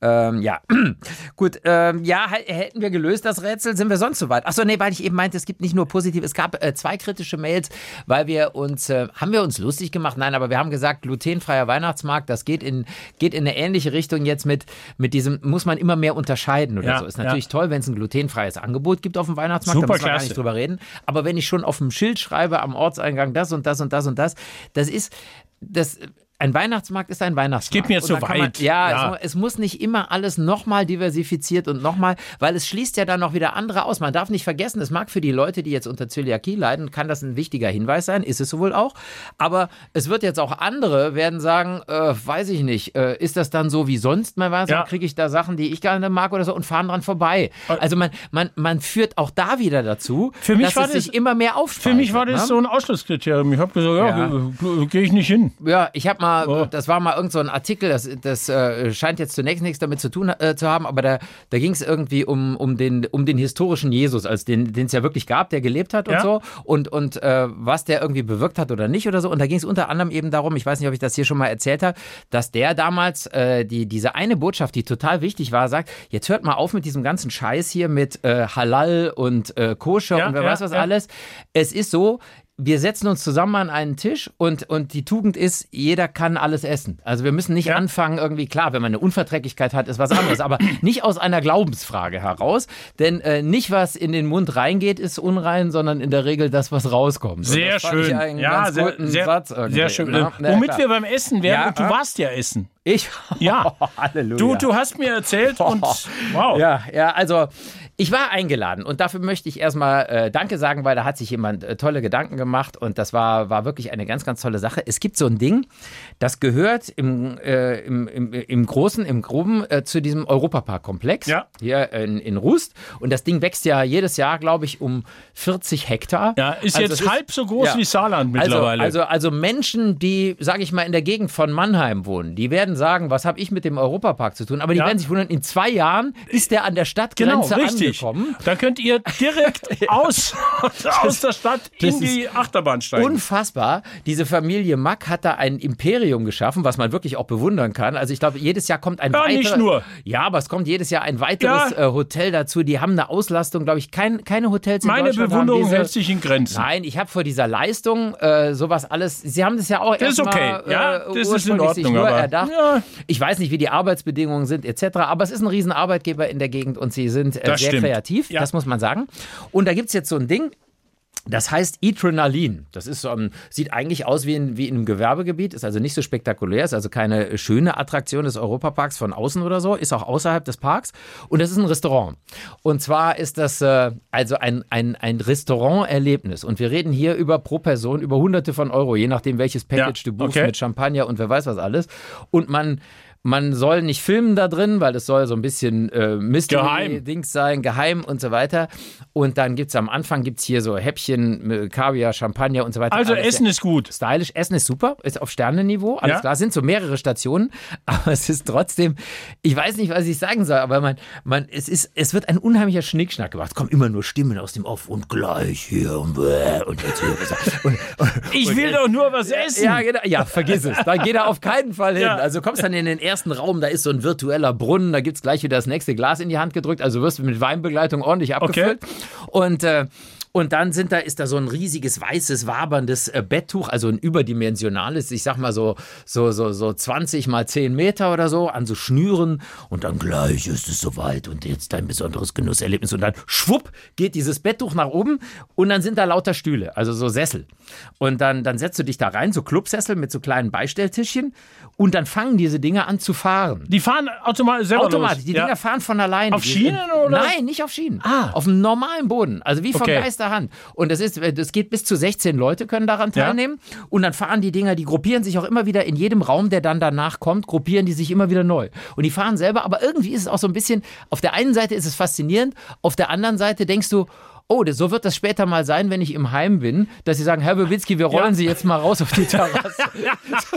Speaker 1: Ähm, ja. (clears throat) Gut, ähm, ja, h- hätten wir gelöst das Rätsel, sind wir sonst so weit. Achso, nee, weil ich eben meinte, es gibt nicht nur positiv, es gab äh, zwei kritische Mails, weil wir uns, äh, haben wir uns lustig gemacht? Nein, aber wir haben gesagt, glutenfreier Weihnachtsmarkt, das geht in, geht in eine ähnliche Richtung jetzt mit, mit diesem, muss man immer mehr unterscheiden oder
Speaker 2: Ja,
Speaker 1: so. Ist
Speaker 2: ja.
Speaker 1: natürlich toll, wenn es ein glutenfreies Angebot gibt auf dem Weihnachtsmarkt, da müssen wir gar
Speaker 2: Superklasse.
Speaker 1: nicht drüber reden. Aber wenn ich schon auf dem Schild schreibe, am Ortseingang das und das und das und das, das ist, das ein Weihnachtsmarkt ist ein Weihnachtsmarkt.
Speaker 2: geht mir jetzt
Speaker 1: Und
Speaker 2: so
Speaker 1: dann kann
Speaker 2: weit.
Speaker 1: Man, ja,
Speaker 2: Ja.
Speaker 1: Es, mu- es muss nicht immer alles nochmal diversifiziert und nochmal, weil es schließt ja dann noch wieder andere aus. Man darf nicht vergessen, es mag für die Leute, die jetzt unter Zöliakie leiden, kann das ein wichtiger Hinweis sein, ist es sowohl auch. Aber es wird jetzt auch andere werden sagen, äh, weiß ich nicht, äh, ist das dann so wie sonst mein Weihnachtsmarkt?
Speaker 2: Ja. Äh.
Speaker 1: Kriege ich da Sachen, die ich gar nicht mag oder so und fahren dran vorbei. Also man, man, man führt auch da wieder dazu,
Speaker 2: Für mich
Speaker 1: dass
Speaker 2: war
Speaker 1: es
Speaker 2: das-
Speaker 1: sich immer mehr aufspaltet.
Speaker 2: Für mich war das
Speaker 1: ne?
Speaker 2: so ein Ausschlusskriterium. Ich habe gesagt, ja, gehe ich nicht hin.
Speaker 1: Ja, ich habe mal,
Speaker 2: Oh.
Speaker 1: das war mal irgend so ein Artikel, das, das äh, scheint jetzt zunächst nichts damit zu tun äh, zu haben, aber da, da ging es irgendwie um, um, den, um den historischen Jesus, als den den es ja wirklich gab, der gelebt hat und
Speaker 2: Ja.
Speaker 1: so und, und äh, was der irgendwie bewirkt hat oder nicht oder so. Und da ging es unter anderem eben darum, ich weiß nicht, ob ich das hier schon mal erzählt habe, dass der damals äh, die, diese eine Botschaft, die total wichtig war, sagt, jetzt hört mal auf mit diesem ganzen Scheiß hier mit äh, Halal und äh, Koscher
Speaker 2: Ja,
Speaker 1: und wer
Speaker 2: ja,
Speaker 1: weiß was
Speaker 2: ja.
Speaker 1: alles. Es ist so, wir setzen uns zusammen an einen Tisch und, und die Tugend ist, jeder kann alles essen. Also wir müssen nicht anfangen, irgendwie, klar, wenn man eine Unverträglichkeit hat, ist was anderes,
Speaker 2: (clears throat)
Speaker 1: aber nicht aus einer Glaubensfrage heraus. Denn äh, nicht, was in den Mund reingeht, ist unrein, sondern in der Regel das, was rauskommt. Und
Speaker 2: Sehr
Speaker 1: das fand Ich
Speaker 2: schön.
Speaker 1: einen
Speaker 2: Ja,
Speaker 1: ganz
Speaker 2: sehr,
Speaker 1: guten
Speaker 2: sehr,
Speaker 1: Satz irgendwie,
Speaker 2: sehr schön.
Speaker 1: ne? Na,
Speaker 2: Womit
Speaker 1: klar.
Speaker 2: wir beim Essen wären,
Speaker 1: Ja,
Speaker 2: und du
Speaker 1: ja.
Speaker 2: warst ja essen.
Speaker 1: Ich.
Speaker 2: Ja.
Speaker 1: (laughs) Halleluja.
Speaker 2: Du, du hast mir erzählt und wow.
Speaker 1: Ja, ja, also ich war eingeladen und dafür möchte ich erstmal äh, Danke sagen, weil da hat sich jemand äh, tolle Gedanken gemacht und das war, war wirklich eine ganz, ganz tolle Sache. Es gibt so ein Ding, das gehört im, äh, im, im, im Großen, im Groben äh, zu diesem Europapark-Komplex
Speaker 2: Ja.
Speaker 1: hier in, in Rust und das Ding wächst ja jedes Jahr, glaube ich, um 40 Hektar.
Speaker 2: Ja, ist
Speaker 1: Also
Speaker 2: jetzt
Speaker 1: es
Speaker 2: halb so groß wie Saarland mittlerweile.
Speaker 1: Also, also, also Menschen, die, sage ich mal, in der Gegend von Mannheim wohnen, die werden sagen, was habe ich mit dem Europapark zu tun? Aber die
Speaker 2: Ja.
Speaker 1: werden sich wundern, in zwei Jahren ist der an der
Speaker 2: Genau,
Speaker 1: Stadtgrenze
Speaker 2: richtig.
Speaker 1: angekommen.
Speaker 2: Dann könnt ihr direkt aus, (laughs) aus der Stadt in die Achterbahn steigen.
Speaker 1: Unfassbar. Diese Familie Mack hat da ein Imperium geschaffen, was man wirklich auch bewundern kann. Also ich glaube, jedes Jahr kommt ein
Speaker 2: Ja,
Speaker 1: weiteres.
Speaker 2: nicht nur.
Speaker 1: Ja, aber es kommt jedes Jahr ein weiteres äh, Hotel dazu. Die haben eine Auslastung, glaube ich, kein, keine Hotels in
Speaker 2: Meine
Speaker 1: Deutschland
Speaker 2: Bewunderung
Speaker 1: haben diese,
Speaker 2: hält sich in Grenzen.
Speaker 1: Nein, ich habe vor dieser Leistung äh, sowas alles. Sie haben das ja auch
Speaker 2: Das ist
Speaker 1: erstmal,
Speaker 2: okay. Ja, das ist in
Speaker 1: ursprünglich sich
Speaker 2: Ordnung,
Speaker 1: Nur
Speaker 2: aber-
Speaker 1: erdacht.
Speaker 2: Ja.
Speaker 1: Ich weiß nicht, wie die Arbeitsbedingungen sind etc. Aber es ist ein Riesenarbeitgeber in der Gegend und sie sind äh,
Speaker 2: Das
Speaker 1: sehr
Speaker 2: stimmt.
Speaker 1: kreativ.
Speaker 2: Ja.
Speaker 1: Das muss man sagen. Und da gibt es jetzt so ein Ding. Das heißt Adrenalin. Das ist so ein, sieht eigentlich aus wie in, wie in einem Gewerbegebiet, ist also nicht so spektakulär, ist also keine schöne Attraktion des Europaparks von außen oder so, ist auch außerhalb des Parks. Und das ist ein Restaurant. Und zwar ist das äh, also ein, ein, ein Restauranterlebnis. Und wir reden hier über pro Person über hunderte von Euro, je nachdem welches Package
Speaker 2: Ja,
Speaker 1: du buchst
Speaker 2: okay.
Speaker 1: mit Champagner und wer weiß was alles. Und man, man soll nicht filmen da drin, weil das soll so ein bisschen äh,
Speaker 2: Geheim.
Speaker 1: Mystery-Dings sein, geheim und so weiter. Und dann gibt es am Anfang gibt's hier so Häppchen, äh, Kaviar, Champagner und so weiter.
Speaker 2: Also
Speaker 1: Alles
Speaker 2: Essen
Speaker 1: sehr
Speaker 2: ist gut.
Speaker 1: Stylisch, Essen ist super, ist auf Sternenniveau, alles
Speaker 2: Ja.
Speaker 1: klar, sind so mehrere Stationen, (laughs) aber es ist trotzdem, ich weiß nicht, was ich sagen soll, aber man, man, es ist, es wird ein unheimlicher Schnickschnack gemacht. Es kommen immer nur Stimmen aus dem Off und gleich hier und, bäh und jetzt hier und, und,
Speaker 2: Ich will doch nur was essen.
Speaker 1: ja, genau. Ja, vergiss es. Da geht er auf keinen Fall hin.
Speaker 2: Ja.
Speaker 1: Also kommst dann in den ersten Raum, da ist so ein virtueller Brunnen, da gibt's gleich wieder das nächste Glas in die Hand gedrückt. Also wirst du mit Weinbegleitung ordentlich abgefüllt. Und äh, und dann sind da, ist da so ein riesiges, weißes, waberndes äh, Betttuch, also ein überdimensionales, ich sag mal so, so, so, so 20 mal 10 Meter oder so, an so Schnüren. Und dann gleich ist es soweit und jetzt dein besonderes Genusserlebnis. Und dann schwupp geht dieses Betttuch nach oben und dann sind da lauter Stühle, also so Sessel. Und dann, dann setzt du dich da rein, so Clubsessel mit so kleinen Beistelltischchen und dann fangen diese Dinge an zu fahren.
Speaker 2: Die fahren automatisch selber
Speaker 1: Automatisch,
Speaker 2: los.
Speaker 1: die
Speaker 2: ja.
Speaker 1: Dinger fahren von alleine.
Speaker 2: Auf
Speaker 1: Die-
Speaker 2: Schienen oder?
Speaker 1: Nein, nicht auf Schienen.
Speaker 2: Ah.
Speaker 1: Auf dem normalen Boden, also wie von
Speaker 2: Okay.
Speaker 1: Geisterhand. Und das ist, das geht bis zu 16 Leute können daran
Speaker 2: Ja.
Speaker 1: teilnehmen. Und dann fahren die Dinger, die gruppieren sich auch immer wieder in jedem Raum, der dann danach kommt, gruppieren die sich immer wieder neu. Und die fahren selber, aber irgendwie ist es auch so ein bisschen, auf der einen Seite ist es faszinierend, auf der anderen Seite denkst du, Oh, das- so wird das später mal sein, wenn ich im Heim bin, dass sie sagen, Herr Bewinski, wir rollen
Speaker 2: Ja.
Speaker 1: Sie jetzt mal raus auf die
Speaker 2: (laughs)
Speaker 1: Terrasse. (laughs) so,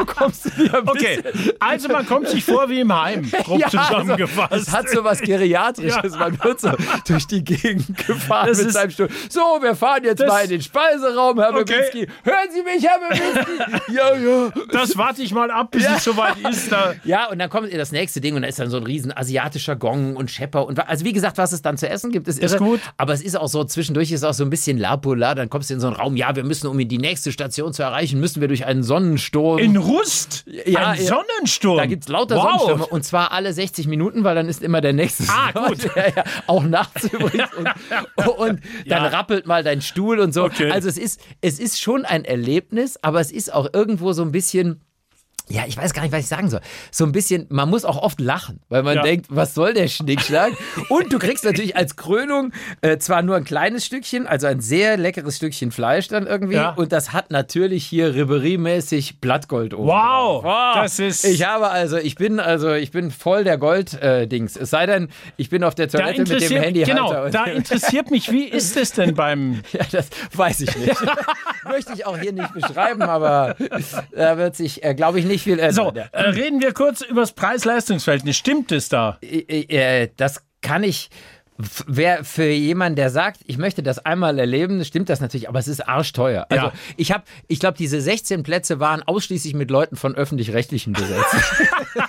Speaker 1: so kommst du dir ein bisschen
Speaker 2: Okay, also man kommt sich vor wie im
Speaker 1: (laughs)
Speaker 2: Heim, grob zusammengefasst.
Speaker 1: Also, es hat so was Geriatrisches.
Speaker 2: (laughs) Ja.
Speaker 1: Man wird so durch die Gegend gefahren
Speaker 2: Das
Speaker 1: mit
Speaker 2: ist-
Speaker 1: seinem Stuhl. So, wir fahren jetzt
Speaker 2: Das-
Speaker 1: mal in den Speiseraum, Herr
Speaker 2: Okay.
Speaker 1: Bebinski. Hören Sie mich, Herr
Speaker 2: (laughs)
Speaker 1: Bebinski? ja, ja.
Speaker 2: das warte ich mal ab, bis es soweit ist. Da.
Speaker 1: Ja, und dann kommt das nächste Ding und da ist dann so ein riesen asiatischer Gong und Schepper und wa- also wie gesagt, was es dann zu essen gibt, ist, irre.
Speaker 2: gut.
Speaker 1: Aber es ist auch so, zwischendurch ist auch so ein bisschen Lapula, dann kommst du in so einen Raum, ja, wir müssen, um die nächste Station zu erreichen, müssen wir durch einen Sonnensturm.
Speaker 2: In Rust?
Speaker 1: Ja,
Speaker 2: Ein
Speaker 1: ja.
Speaker 2: Sonnensturm?
Speaker 1: Da gibt es lauter
Speaker 2: wow.
Speaker 1: Sonnenstürme und zwar alle 60 Minuten, weil dann ist immer der nächste.
Speaker 2: Ah,
Speaker 1: Slot.
Speaker 2: gut.
Speaker 1: (laughs) Ja, ja. Auch
Speaker 2: (laughs)
Speaker 1: nachts übrigens. Und, und dann
Speaker 2: Ja.
Speaker 1: rappelt mal dein Stuhl und so.
Speaker 2: Okay.
Speaker 1: Also es ist, es ist schon ein Erlebnis, aber es ist auch irgendwo so ein bisschen. Ja, ich weiß gar nicht, was ich sagen soll. So ein bisschen, man muss auch oft lachen, weil man
Speaker 2: Ja.
Speaker 1: denkt, was soll der Schnickschlag? Und du kriegst natürlich als Krönung äh, zwar nur ein kleines Stückchen, also ein sehr leckeres Stückchen Fleisch dann irgendwie.
Speaker 2: Ja.
Speaker 1: Und das hat natürlich hier Ribery-mäßig Blattgold oben.
Speaker 2: Wow,
Speaker 1: drauf. Wow.
Speaker 2: das ist-
Speaker 1: Ich habe also, ich bin also, ich bin voll der Gold-Dings. es sei denn, ich bin auf der
Speaker 2: Da
Speaker 1: Toilette mit dem
Speaker 2: interessiert,
Speaker 1: Handy. halt
Speaker 2: genau, da interessiert mich, wie ist es denn beim.
Speaker 1: (laughs) Ja, das weiß ich
Speaker 2: (laughs)
Speaker 1: nicht. Möchte ich auch hier nicht beschreiben, aber da wird sich, äh, glaube ich, nicht viel ändern.
Speaker 2: So, äh, reden wir kurz über das Preis-Leistungs-Verhältnis. Stimmt es da?
Speaker 1: äh, äh, das kann ich. f- Wer für jemanden, der sagt, ich möchte das einmal erleben, stimmt das natürlich, aber es ist arschteuer. Also
Speaker 2: Ja.
Speaker 1: ich habe, ich glaube, diese 16 Plätze waren ausschließlich mit Leuten von öffentlich-rechtlichen
Speaker 2: (laughs)
Speaker 1: besetzt. (laughs)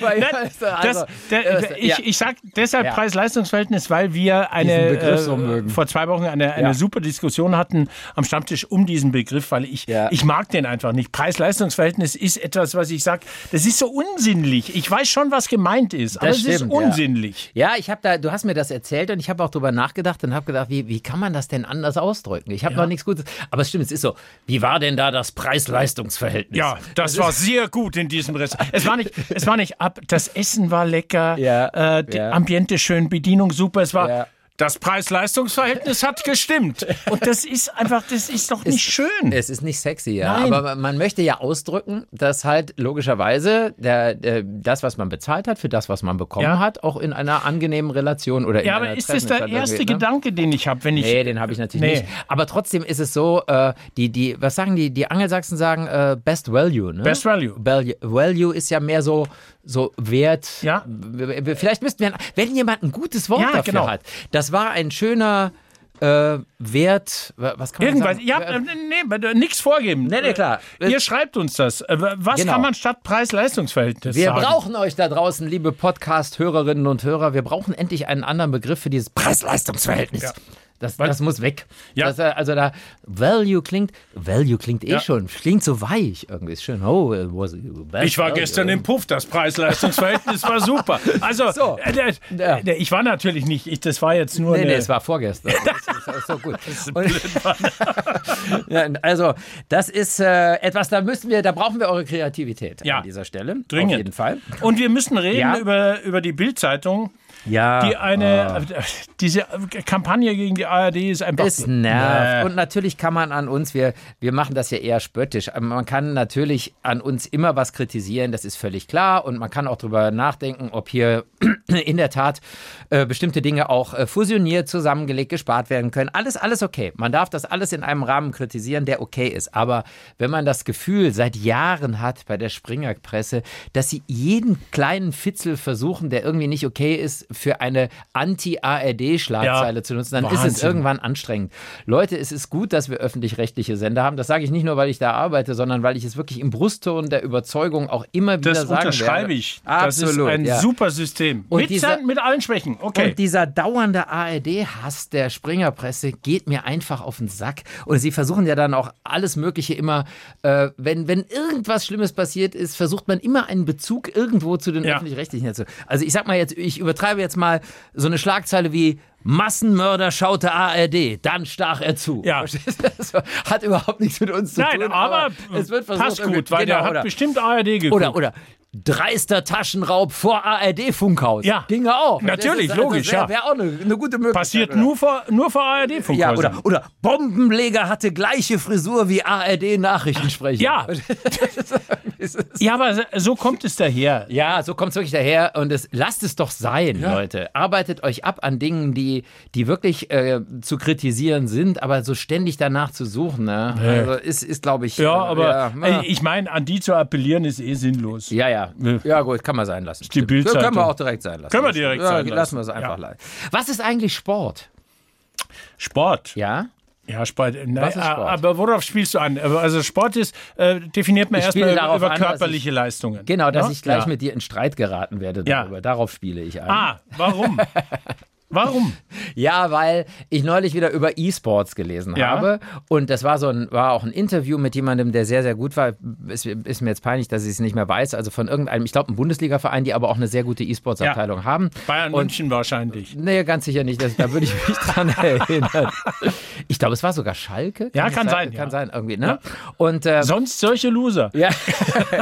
Speaker 1: Weil, weißt du, also,
Speaker 2: das, der,
Speaker 1: äh,
Speaker 2: ich,
Speaker 1: ja.
Speaker 2: ich sage deshalb
Speaker 1: Ja.
Speaker 2: Preis-Leistungs-Verhältnis, weil wir
Speaker 1: Diesen
Speaker 2: eine
Speaker 1: Begriff so
Speaker 2: äh,
Speaker 1: mögen.
Speaker 2: vor zwei Wochen eine, eine
Speaker 1: Ja.
Speaker 2: super Diskussion hatten am Stammtisch um diesen Begriff, weil ich
Speaker 1: Ja.
Speaker 2: ich mag den einfach nicht. Preis-Leistungs-Verhältnis ist etwas, was ich sage, das ist so unsinnlich. Ich weiß schon, was gemeint ist, aber es ist
Speaker 1: stimmt, ja.
Speaker 2: unsinnlich.
Speaker 1: Ja, ich habe da, du hast mir das erzählt und ich habe auch drüber nachgedacht und habe gedacht, wie, wie kann man das denn anders ausdrücken? Ich habe noch nichts Gutes, aber es stimmt, es ist so. Wie war denn da das Preis-Leistungs-Verhältnis?
Speaker 2: Ja, das war sehr gut in diesem Restaurant.
Speaker 1: (laughs)
Speaker 2: Es war nicht, es war nicht ab. Das Essen war lecker,
Speaker 1: Ja,
Speaker 2: äh, die
Speaker 1: ja.
Speaker 2: Ambiente schön, Bedienung super. Es war
Speaker 1: Ja.
Speaker 2: das Preis-Leistungs-Verhältnis hat
Speaker 1: (laughs)
Speaker 2: gestimmt. Und das ist einfach, das ist doch nicht schön.
Speaker 1: Es ist nicht sexy, ja.
Speaker 2: Nein.
Speaker 1: Aber man- man möchte ja ausdrücken, dass halt logischerweise der, der, das, was man bezahlt hat, für das, was man bekommen
Speaker 2: Ja.
Speaker 1: hat, auch in einer angenehmen Relation oder in
Speaker 2: ja,
Speaker 1: einer
Speaker 2: aber ist das
Speaker 1: treffenden
Speaker 2: der
Speaker 1: Zeit
Speaker 2: erste
Speaker 1: irgendwie, ne?
Speaker 2: Gedanke, den ich habe, wenn ich
Speaker 1: Nee, den habe ich natürlich
Speaker 2: Nee.
Speaker 1: nicht. Aber trotzdem ist es so, äh, die, die, was sagen die, die Angelsachsen sagen äh, Best Value, ne?
Speaker 2: Best Value.
Speaker 1: Value, Value ist ja mehr so, so Wert.
Speaker 2: Ja.
Speaker 1: W- w- Vielleicht müssten wir, wenn jemand ein gutes Wort
Speaker 2: Ja,
Speaker 1: dafür
Speaker 2: genau.
Speaker 1: hat, das war ein schöner äh, Wert, wa- was kann man
Speaker 2: Irgendwas.
Speaker 1: sagen?
Speaker 2: Ja,
Speaker 1: Äh,
Speaker 2: äh, nee, nichts vorgeben.
Speaker 1: Nee, nee, klar.
Speaker 2: Äh, Ihr schreibt uns das. Äh, Was
Speaker 1: Genau.
Speaker 2: kann man statt Preis-Leistungs-Verhältnis
Speaker 1: Wir
Speaker 2: sagen?
Speaker 1: brauchen euch da draußen, liebe Podcast-Hörerinnen und Hörer. Wir brauchen endlich einen anderen Begriff für dieses Preis-Leistungs-Verhältnis. Das, das muss weg.
Speaker 2: Ja.
Speaker 1: Das, äh, also da Value klingt, Value klingt eh
Speaker 2: Ja.
Speaker 1: schon, klingt so weich irgendwie. Ist schön. Oh, it was
Speaker 2: Ich
Speaker 1: Äh,
Speaker 2: war gestern im Puff, das Preis-Leistungs-Verhältnis
Speaker 1: (laughs)
Speaker 2: war super. Also,
Speaker 1: So.
Speaker 2: äh, der-
Speaker 1: Ja.
Speaker 2: der- ich war natürlich nicht, ich, das war jetzt nur
Speaker 1: Nee,
Speaker 2: eine,
Speaker 1: nee, es war
Speaker 2: (laughs)
Speaker 1: vorgestern. Das ist, das ist so gut.
Speaker 2: (laughs)
Speaker 1: Und- Ja, also, das ist äh, etwas, da müssen wir, da brauchen wir eure Kreativität
Speaker 2: Ja.
Speaker 1: an dieser Stelle.
Speaker 2: Dringend.
Speaker 1: Auf jeden Fall.
Speaker 2: (laughs) Und wir müssen reden
Speaker 1: Ja. Ah.
Speaker 2: über, über die Bild-Zeitung,
Speaker 1: Ja.
Speaker 2: die eine, äh, diese Kampagne gegen die ARD ist einfach...
Speaker 1: Es nervt.
Speaker 2: Nee.
Speaker 1: Und natürlich kann man an uns, wir, wir machen das ja eher spöttisch, aber man kann natürlich an uns immer was kritisieren, das ist völlig klar. Und man kann auch darüber nachdenken, ob hier (clears throat) in der Tat äh, bestimmte Dinge auch äh, fusioniert, zusammengelegt, gespart werden können. Alles, alles okay. Man darf das alles in einem Rahmen kritisieren, der okay ist. Aber wenn man das Gefühl seit Jahren hat bei der Springer-Presse, dass sie jeden kleinen Fitzel versuchen, der irgendwie nicht okay ist, für eine Anti-ARD-Schlagzeile
Speaker 2: Ja.
Speaker 1: zu nutzen, dann ist es
Speaker 2: Wahnsinn.
Speaker 1: irgendwie irgendwann anstrengend. Leute, es ist gut, dass wir öffentlich-rechtliche Sender haben. Das sage ich nicht nur, weil ich da arbeite, sondern weil ich es wirklich im Brustton der Überzeugung auch immer wieder
Speaker 2: Das
Speaker 1: sagen werde.
Speaker 2: unterschreibe ich. Das
Speaker 1: Absolut.
Speaker 2: ist ein
Speaker 1: ja.
Speaker 2: super System.
Speaker 1: Und
Speaker 2: mit,
Speaker 1: dieser-
Speaker 2: seinen- mit allen Schwächen. Okay.
Speaker 1: Und dieser dauernde ARD-Hass der Springerpresse geht mir einfach auf den Sack. Und sie versuchen ja dann auch alles Mögliche immer, äh, wenn, wenn irgendwas Schlimmes passiert ist, versucht man immer einen Bezug irgendwo zu den
Speaker 2: Ja.
Speaker 1: öffentlich-rechtlichen dazu. Also ich sag mal jetzt, ich übertreibe jetzt mal so eine Schlagzeile wie Massenmörder schaute ARD, dann stach er zu.
Speaker 2: Ja.
Speaker 1: Verstehst du? (laughs) Das hat überhaupt nichts mit uns zu
Speaker 2: Nein,
Speaker 1: tun.
Speaker 2: aber,
Speaker 1: es wird versucht,
Speaker 2: passt
Speaker 1: irgendwie-
Speaker 2: gut, weil der
Speaker 1: Genau,
Speaker 2: hat
Speaker 1: oder-
Speaker 2: bestimmt ARD geguckt.
Speaker 1: oder, oder dreister Taschenraub vor ARD-Funkhaus.
Speaker 2: Ja.
Speaker 1: Ging ja auch.
Speaker 2: Natürlich, logisch,
Speaker 1: Wäre
Speaker 2: ja.
Speaker 1: wär auch eine, eine gute Möglichkeit.
Speaker 2: Passiert
Speaker 1: oder?
Speaker 2: nur vor, nur vor ARD von
Speaker 1: genau. Ja, oder, oder Bombenleger hatte gleiche Frisur wie ARD-Nachrichtensprecher. (laughs)
Speaker 2: Ja. ja, aber so- so kommt es daher.
Speaker 1: Ja, so kommt's wirklich daher und es lasst es doch sein, Leute. Arbeitet euch ab an Dingen, die, die wirklich äh, zu kritisieren sind, aber so ständig danach zu suchen, ne? Also ist, ist glaube ich.
Speaker 2: Ja,
Speaker 1: äh,
Speaker 2: aber
Speaker 1: ja,
Speaker 2: Ey, ich meine, an die zu appellieren ist eh sinnlos.
Speaker 1: Ja, ja.
Speaker 2: Ne?
Speaker 1: Ja, gut, kann man sein lassen.
Speaker 2: Die
Speaker 1: Stimmt.
Speaker 2: Bildzeitung.
Speaker 1: Können wir auch direkt sein lassen.
Speaker 2: Können wir direkt
Speaker 1: ja,
Speaker 2: sein
Speaker 1: Lassen wir es
Speaker 2: lassen.
Speaker 1: einfach leid. Was ist eigentlich Sport?
Speaker 2: Sport.
Speaker 1: Ja?
Speaker 2: Ja, Sport. Nein,
Speaker 1: Was ist Sport?
Speaker 2: Aber worauf spielst du an? Also Sport ist, äh, definiert man
Speaker 1: Ich spiele
Speaker 2: erstmal
Speaker 1: darauf
Speaker 2: über
Speaker 1: an, dass
Speaker 2: körperliche Leistungen. ne?
Speaker 1: Genau, dass
Speaker 2: Ja?
Speaker 1: ich gleich
Speaker 2: ja.
Speaker 1: mit dir in Streit geraten werde (laughs)
Speaker 2: Ja.
Speaker 1: darüber. Darauf spiele ich an.
Speaker 2: Ah, warum? Warum?
Speaker 1: Ja, weil ich neulich wieder über E-Sports gelesen
Speaker 2: Ja.
Speaker 1: habe. Und das war so ein, war auch ein Interview mit jemandem, der sehr, sehr gut war. Ist, ist mir jetzt peinlich, dass ich es nicht mehr weiß. Also von irgendeinem, ich glaube, einem Bundesliga-Verein, die aber auch eine sehr gute E-Sports-Abteilung haben.
Speaker 2: Bayern
Speaker 1: Und-
Speaker 2: München
Speaker 1: (laughs)
Speaker 2: wahrscheinlich.
Speaker 1: Nee, ganz sicher nicht. Das, da würde ich mich dran erinnern. Ich glaube, es war sogar Schalke.
Speaker 2: Ja,
Speaker 1: es
Speaker 2: kann sein,
Speaker 1: Kann
Speaker 2: ja.
Speaker 1: sein, irgendwie, ne? Und äh,
Speaker 2: Sonst solche Loser.
Speaker 1: ja. (laughs)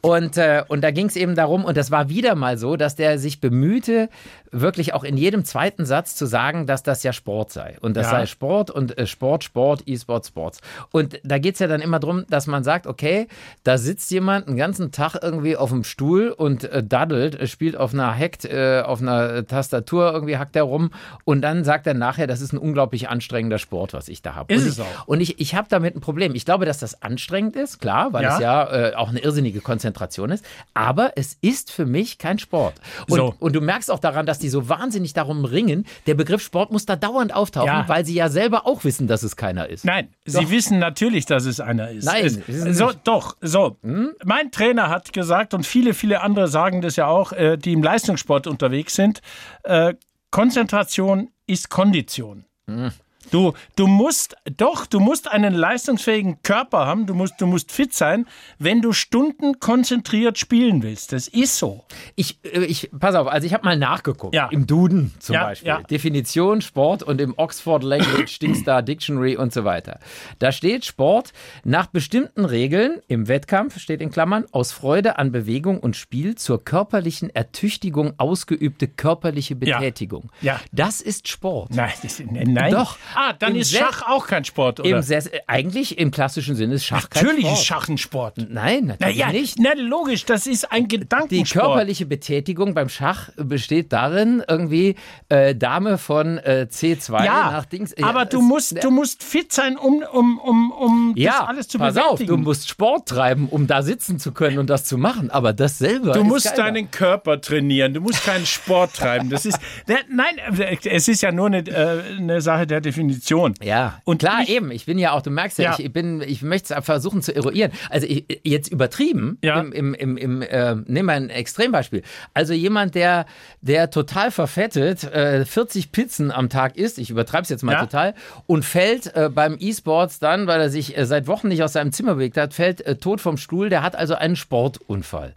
Speaker 1: und, äh, und da ging es eben darum, und das war wieder mal so, dass der sich bemühte, wirklich auch in jedem zweiten Satz zu sagen, dass das ja Sport sei. Und das
Speaker 2: Ja.
Speaker 1: sei Sport und äh, Sport, Sport, E-Sport, Sports. Und da geht es ja dann immer darum, dass man sagt, okay, da sitzt jemand einen ganzen Tag irgendwie auf dem Stuhl und äh, daddelt, äh, spielt auf einer Hackt, äh, auf einer Tastatur, irgendwie hackt er rum. Und dann sagt er nachher, das ist ein unglaublich anstrengender Sport, was ich da habe.
Speaker 2: Ist
Speaker 1: und
Speaker 2: es
Speaker 1: ich,
Speaker 2: auch.
Speaker 1: und ich, ich habe damit ein Problem. Ich glaube, dass das anstrengend ist, klar, weil
Speaker 2: Ja.
Speaker 1: es ja äh, auch eine irrsinnige Konzentration ist. Aber es ist für mich kein Sport. Und,
Speaker 2: So.
Speaker 1: und du merkst auch daran, dass die so wahnsinnig darum ringen. Der Begriff Sport muss da dauernd auftauchen,
Speaker 2: Ja.
Speaker 1: weil sie ja selber auch wissen, dass es keiner ist.
Speaker 2: Nein, Sie wissen natürlich, dass es einer ist.
Speaker 1: Nein,
Speaker 2: es,
Speaker 1: es ist
Speaker 2: so,
Speaker 1: nicht. Hm?
Speaker 2: doch, so. Mein Trainer hat gesagt, und viele, viele andere sagen das ja auch, äh, die im Leistungssport unterwegs sind, äh, Konzentration ist Kondition.
Speaker 1: Hm.
Speaker 2: Du, du musst, doch, du musst einen leistungsfähigen Körper haben, du musst, du musst fit sein, wenn du Stunden konzentriert spielen willst. Das ist so.
Speaker 1: Ich, äh, ich, pass auf, also ich habe mal nachgeguckt.
Speaker 2: Ja.
Speaker 1: Im Duden zum
Speaker 2: Ja,
Speaker 1: Beispiel.
Speaker 2: ja.
Speaker 1: Definition Sport und im Oxford
Speaker 2: (clears throat)
Speaker 1: Language Dingstar Dictionary und so weiter. Da steht Sport nach bestimmten Regeln im Wettkampf, steht in Klammern, aus Freude an Bewegung und Spiel zur körperlichen Ertüchtigung ausgeübte körperliche
Speaker 2: Ja.
Speaker 1: Betätigung.
Speaker 2: Ja.
Speaker 1: Das ist Sport.
Speaker 2: Nein, das, nein.
Speaker 1: Doch.
Speaker 2: Ah, dann
Speaker 1: Im
Speaker 2: ist
Speaker 1: Sel-
Speaker 2: Schach auch kein Sport, oder?
Speaker 1: Im Ses- äh, eigentlich im klassischen Sinne ist Schach
Speaker 2: natürlich
Speaker 1: kein
Speaker 2: ist
Speaker 1: Sport.
Speaker 2: Schach ein Sport.
Speaker 1: Nein, natürlich
Speaker 2: Naja,
Speaker 1: nicht.
Speaker 2: Na, logisch, das ist ein
Speaker 1: Die
Speaker 2: Gedankensport.
Speaker 1: körperliche Betätigung beim Schach besteht darin, irgendwie äh, Dame von äh, C2
Speaker 2: ja,
Speaker 1: nach Dings.
Speaker 2: aber
Speaker 1: es- ne
Speaker 2: du musst, du musst fit sein, um, um, um, um
Speaker 1: ja,
Speaker 2: das alles zu
Speaker 1: pass auf,
Speaker 2: bewältigen.
Speaker 1: du musst Sport treiben, um da sitzen zu können und das zu machen. Aber das selber.
Speaker 2: Du
Speaker 1: ist
Speaker 2: musst
Speaker 1: geiler.
Speaker 2: deinen Körper trainieren, du musst keinen Sport treiben. Das
Speaker 1: (laughs)
Speaker 2: ist, ne, nein, es ist ja nur eine, äh, eine Sache der Definition.
Speaker 1: Ja,
Speaker 2: Und
Speaker 1: und klar,
Speaker 2: ich-
Speaker 1: eben. Ich bin ja auch, du merkst ja,
Speaker 2: Ja.
Speaker 1: ich bin, ich möchte es versuchen zu eruieren. Also ich, jetzt übertrieben,
Speaker 2: Ja.
Speaker 1: im, im, im, im äh, nehmen wir ein Extrembeispiel. Also jemand, der, der total verfettet, äh, 40 Pizzen am Tag isst, ich übertreibe es jetzt mal
Speaker 2: Ja.
Speaker 1: total, und fällt äh, beim E-Sports dann, weil er sich äh, seit Wochen nicht aus seinem Zimmer bewegt hat, fällt äh, tot vom Stuhl, der hat also einen Sportunfall.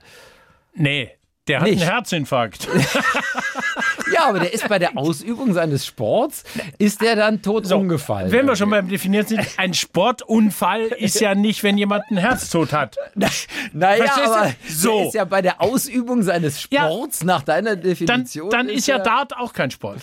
Speaker 2: Nee, der hat
Speaker 1: Nicht. (laughs)
Speaker 2: einen Herzinfarkt.
Speaker 1: Ja, aber der ist bei
Speaker 2: (laughs)
Speaker 1: der Ausübung seines Sports, ist der dann tot umgefallen.
Speaker 2: Wenn wir schon beim Definieren sind,
Speaker 1: (laughs)
Speaker 2: ein Sportunfall ist ja nicht, wenn jemand einen Herztod hat.
Speaker 1: Naja,
Speaker 2: Verstehst du?
Speaker 1: aber
Speaker 2: So.
Speaker 1: so. ist ja bei der Ausübung seines
Speaker 2: Ja.
Speaker 1: Sports nach deiner
Speaker 2: Dann,
Speaker 1: Definition.
Speaker 2: dann ist ja Dart auch kein Sport.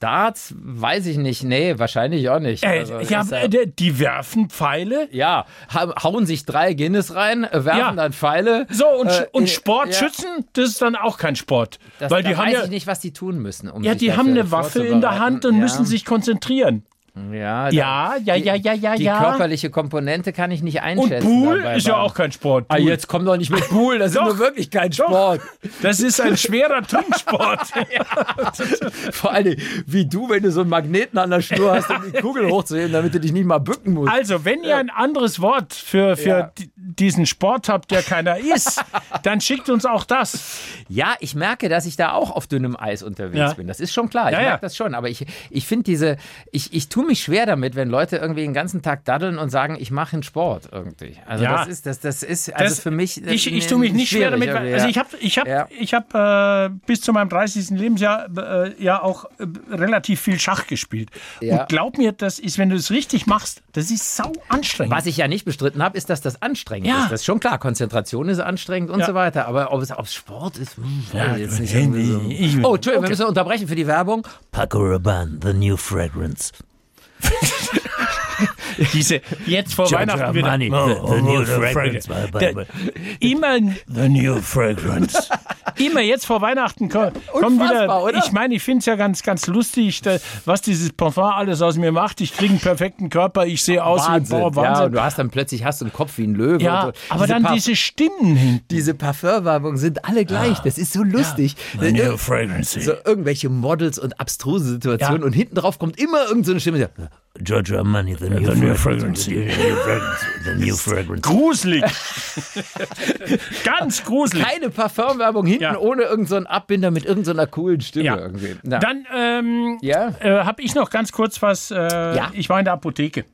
Speaker 1: Darts, weiß ich nicht. Nee, wahrscheinlich auch nicht.
Speaker 2: Äh,
Speaker 1: Also,
Speaker 2: ja,
Speaker 1: ist ja,
Speaker 2: äh, der- die werfen Pfeile.
Speaker 1: ja, ha- hauen sich drei Guinness rein, äh, werfen
Speaker 2: Ja.
Speaker 1: dann Pfeile.
Speaker 2: So, und,
Speaker 1: Äh,
Speaker 2: und
Speaker 1: äh,
Speaker 2: Sportschützen, das ist dann auch kein Sport.
Speaker 1: Das,
Speaker 2: weil
Speaker 1: da
Speaker 2: die haben
Speaker 1: weiß
Speaker 2: ja,
Speaker 1: ich nicht, was die tun müssen. Um
Speaker 2: ja,
Speaker 1: sich
Speaker 2: die
Speaker 1: dafür
Speaker 2: haben eine Waffe in der Hand und
Speaker 1: vorzubereiten.
Speaker 2: müssen sich konzentrieren.
Speaker 1: Ja,
Speaker 2: Ja, ja, ja, ja, ja,
Speaker 1: die
Speaker 2: ja.
Speaker 1: körperliche Komponente kann ich nicht
Speaker 2: Und
Speaker 1: einschätzen.
Speaker 2: Pool
Speaker 1: dabei
Speaker 2: ist ja
Speaker 1: beim-
Speaker 2: auch kein Sport.
Speaker 1: Ah,
Speaker 2: Pool.
Speaker 1: jetzt komm doch nicht mit Pool, das ist
Speaker 2: Doch.
Speaker 1: nur wirklich kein Sport.
Speaker 2: Das ist ein
Speaker 1: (laughs)
Speaker 2: schwerer Trinksport.
Speaker 1: Vor allem, wie du, wenn du so einen Magneten an der Schnur hast, um die Kugel hochzuheben, damit du dich nicht mal bücken musst.
Speaker 2: Also, wenn ihr ein anderes Wort für, für
Speaker 1: Ja.
Speaker 2: di- diesen Sport habt, der keiner ist, dann schickt uns auch das.
Speaker 1: Ja, ich merke, dass ich da auch auf dünnem Eis unterwegs
Speaker 2: Ja.
Speaker 1: bin. Das ist schon klar. Ich
Speaker 2: Ja, ja.
Speaker 1: merke das schon. Aber ich, ich finde diese, ich, ich tue mich schwer damit, wenn Leute irgendwie den ganzen Tag daddeln und sagen, ich mache einen Sport irgendwie. Also
Speaker 2: Ja.
Speaker 1: das ist, das, das ist, also
Speaker 2: Das-
Speaker 1: für mich. äh,
Speaker 2: Ich, ich
Speaker 1: nee,
Speaker 2: tue mich nicht schwer
Speaker 1: schwierig
Speaker 2: damit. weil-
Speaker 1: irgendwie,
Speaker 2: Also
Speaker 1: ja.
Speaker 2: ich habe ich hab,
Speaker 1: Ja.
Speaker 2: ich hab, äh, bis zu meinem 30. Lebensjahr äh, ja auch äh, relativ viel Schach gespielt.
Speaker 1: Ja.
Speaker 2: Und glaub mir, das ist, wenn du es richtig machst, das ist sau anstrengend.
Speaker 1: Was ich ja nicht bestritten habe, ist, dass das anstrengend
Speaker 2: Ja.
Speaker 1: ist. Das ist schon klar. Konzentration ist anstrengend und
Speaker 2: Ja.
Speaker 1: so weiter. Aber ob es auf Sport ist, hm, weiß ich jetzt nicht.
Speaker 2: nee,
Speaker 1: irgendwie so.
Speaker 2: nee, ich-
Speaker 1: oh, Entschuldigung, wir müssen unterbrechen für die Werbung.
Speaker 3: Paco Rabanne, the new fragrance.
Speaker 2: Diese jetzt vor
Speaker 3: Giorgio
Speaker 2: Weihnachten wieder.
Speaker 3: Armani, the, Oh, the new fragrance. by- by-
Speaker 2: Der,
Speaker 3: by-
Speaker 2: immer,
Speaker 3: the new fragrance.
Speaker 2: (laughs) immer jetzt vor Weihnachten ko- kommen wieder.
Speaker 1: unfassbar, oder?
Speaker 2: Ich meine, ich finde es ja ganz, ganz lustig, da, was dieses Parfum alles aus mir macht. Ich kriege einen perfekten Körper, ich sehe aus wie ein Bauer.
Speaker 1: Ja, und
Speaker 2: Wahnsinn.
Speaker 1: du hast dann plötzlich hast du einen Kopf wie ein Löwe.
Speaker 2: Ja,
Speaker 1: und so.
Speaker 2: aber dann
Speaker 1: Parf-
Speaker 2: diese Stimmen hinten.
Speaker 1: diese Parfümwerbung sind alle gleich. Das ist so lustig.
Speaker 3: The
Speaker 1: Ir-
Speaker 3: new fragrance.
Speaker 1: so irgendwelche Models und abstruse Situationen
Speaker 2: Ja.
Speaker 1: und hinten drauf kommt immer irgendeine so eine Stimme. die sagt,
Speaker 3: Giorgio Armani, the new, The new fragrance. fragrance. The new fragrance. The new fragrance.
Speaker 2: Gruselig. (laughs) ganz gruselig.
Speaker 1: Keine Parfümwerbung hinten
Speaker 2: Ja.
Speaker 1: ohne irgendeinen so einen Abbinder mit irgendeiner coolen Stimme
Speaker 2: Ja.
Speaker 1: irgendwie. Na,
Speaker 2: Dann ähm,
Speaker 1: Ja.
Speaker 2: äh, habe ich noch ganz kurz was. Äh, Ich war in der Apotheke.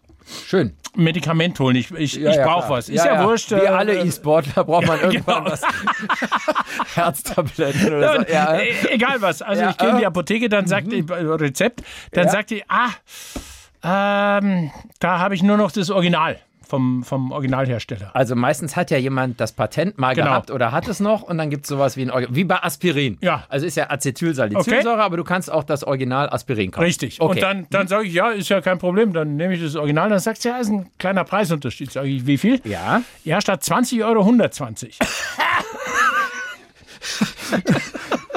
Speaker 1: schön.
Speaker 2: Medikament holen. Ich, ich,
Speaker 1: Ja,
Speaker 2: ich
Speaker 1: ja,
Speaker 2: brauche
Speaker 1: klar.
Speaker 2: was. Ist ja, wurscht. äh,
Speaker 1: Wir alle
Speaker 2: äh,
Speaker 1: E-Sportler braucht
Speaker 2: (laughs)
Speaker 1: man irgendwann
Speaker 2: genau.
Speaker 1: was.
Speaker 2: (laughs)
Speaker 1: Herztabletten oder so. Ja, äh.
Speaker 2: E- Egal was. Also
Speaker 1: Ja,
Speaker 2: ich gehe in
Speaker 1: äh.
Speaker 2: die Apotheke, dann sagt die äh, Rezept, dann
Speaker 1: Ja.
Speaker 2: sagt die, ah, ähm, da habe ich nur noch das Original vom, vom Originalhersteller.
Speaker 1: Also meistens hat ja jemand das Patent mal
Speaker 2: Genau.
Speaker 1: gehabt oder hat es noch und dann gibt es sowas wie ein Organ wie bei Aspirin.
Speaker 2: Ja.
Speaker 1: Also ist ja Acetylsalicylsäure, aber du kannst auch das Original Aspirin kaufen.
Speaker 2: Richtig.
Speaker 1: Okay. Mhm.
Speaker 2: Und dann, dann sage ich, ja, ist ja kein Problem. Dann nehme ich das Original. Dann sagt sie, ja, ist ein kleiner Preisunterschied. Sage ich, wie viel?
Speaker 1: ja.
Speaker 2: Ja, statt 20 Euro 120.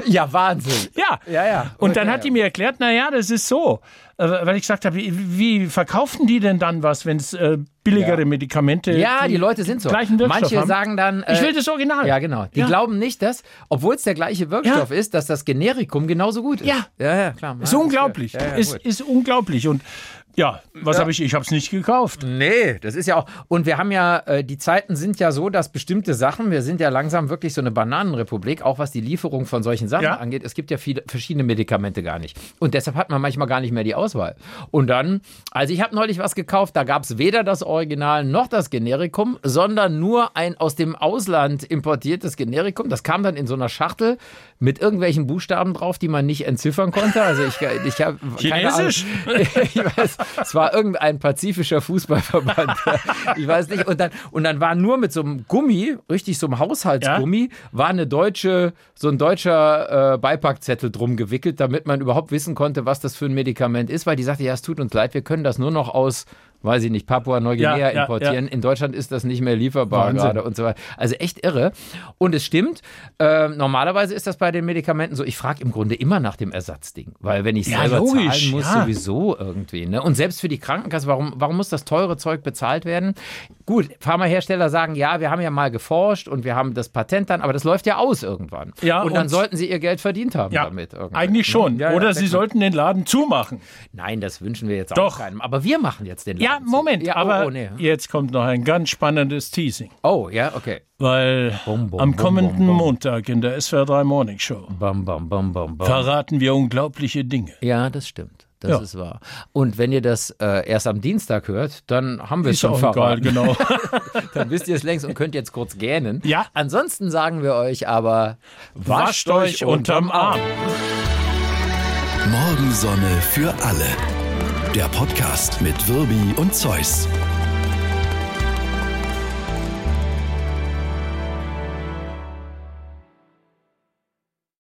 Speaker 1: Ja, Wahnsinn.
Speaker 2: Ja.
Speaker 1: Ja, ja.
Speaker 2: Und dann
Speaker 1: Ja,
Speaker 2: hat
Speaker 1: ja.
Speaker 2: die mir erklärt, naja, das ist so. Äh, Weil ich gesagt habe, wie, wie verkaufen die denn dann was, wenn es äh, billigere Medikamente
Speaker 1: Ja, die Leute sind so.
Speaker 2: gleichen Wirkstoff
Speaker 1: Manche
Speaker 2: haben?
Speaker 1: sagen dann. äh,
Speaker 2: Ich will das Original.
Speaker 1: Ja, genau. Die
Speaker 2: Ja.
Speaker 1: glauben nicht, dass, obwohl es der gleiche Wirkstoff
Speaker 2: Ja.
Speaker 1: ist, dass das Generikum genauso gut ist.
Speaker 2: Ja.
Speaker 1: Ja, ja, klar.
Speaker 2: Ist unglaublich.
Speaker 1: Ja, ja,
Speaker 2: ist,
Speaker 1: gut.
Speaker 2: ist unglaublich. Und ja, was habe ich? Ich habe es nicht gekauft.
Speaker 1: Nee, das ist ja auch. Und wir haben ja, äh, die Zeiten sind ja so, dass bestimmte Sachen, wir sind ja langsam wirklich so eine Bananenrepublik, auch was die Lieferung von solchen Sachen
Speaker 2: Ja.
Speaker 1: angeht. Es gibt ja viele verschiedene Medikamente gar nicht. Und deshalb hat man manchmal gar nicht mehr die Auswahl. Und dann, also ich habe neulich was gekauft, da gab es weder das Original noch das Generikum, sondern nur ein aus dem Ausland importiertes Generikum. Das kam dann in so einer Schachtel mit irgendwelchen Buchstaben drauf, die man nicht entziffern konnte. Also ich, ich habe
Speaker 2: Chinesisch?
Speaker 1: ich weiß, es war irgendein pazifischer Fußballverband. ich weiß nicht. Und dann, und dann war nur mit so einem Gummi, richtig so einem Haushaltsgummi, war eine deutsche, so ein deutscher äh, Beipackzettel drum gewickelt, damit man überhaupt wissen konnte, was das für ein Medikament ist, weil die sagte, ja, es tut uns leid, wir können das nur noch aus, weiß ich nicht, Papua-Neuguinea
Speaker 2: Ja, ja,
Speaker 1: importieren. In Deutschland ist das nicht mehr lieferbar
Speaker 2: Wahnsinn.
Speaker 1: gerade und so weiter. Also echt irre. Und es stimmt, äh, normalerweise ist das bei den Medikamenten so, ich frage im Grunde immer nach dem Ersatzding, weil wenn ich
Speaker 2: Ja,
Speaker 1: selber
Speaker 2: logisch,
Speaker 1: zahlen muss,
Speaker 2: ja.
Speaker 1: sowieso irgendwie. Ne? Und selbst für die Krankenkasse, warum, warum muss das teure Zeug bezahlt werden? Gut, Pharmahersteller sagen, ja, wir haben ja mal geforscht und wir haben das Patent dann, aber das läuft ja aus irgendwann.
Speaker 2: Ja,
Speaker 1: und dann
Speaker 2: und-
Speaker 1: sollten sie ihr Geld verdient haben
Speaker 2: Ja,
Speaker 1: damit. irgendwie.
Speaker 2: eigentlich schon.
Speaker 1: Ja, ja,
Speaker 2: Oder
Speaker 1: denkt
Speaker 2: sie
Speaker 1: man.
Speaker 2: sollten den Laden zumachen.
Speaker 1: Nein, das wünschen wir jetzt auch
Speaker 2: Doch.
Speaker 1: keinem. Aber wir machen jetzt den
Speaker 2: Ja,
Speaker 1: Laden zu.
Speaker 2: Moment,
Speaker 1: Ja,
Speaker 2: aber
Speaker 1: oh, oh, nee.
Speaker 2: jetzt kommt noch ein ganz spannendes Teasing.
Speaker 1: oh, ja, okay.
Speaker 2: Weil
Speaker 1: Bum, bum,
Speaker 2: am
Speaker 1: bum, bum,
Speaker 2: kommenden
Speaker 1: bum.
Speaker 2: Montag in der SWR 3 Morning Show
Speaker 1: Bam, bam, bam, bam, bam.
Speaker 2: verraten wir unglaubliche Dinge.
Speaker 1: Ja, das stimmt. Das
Speaker 2: Ja.
Speaker 1: ist wahr. Und wenn ihr das äh, erst am Dienstag hört, dann haben wir es
Speaker 2: Ist
Speaker 1: schon
Speaker 2: auch egal,
Speaker 1: verraten.
Speaker 2: (laughs) genau.
Speaker 1: (laughs) Dann wisst ihr es längst und könnt jetzt kurz gähnen.
Speaker 2: Ja.
Speaker 1: Ansonsten sagen wir euch aber,
Speaker 2: Wascht euch unterm Arm.
Speaker 4: Morgensonne für alle. Der Podcast mit Wirbi und Zeus.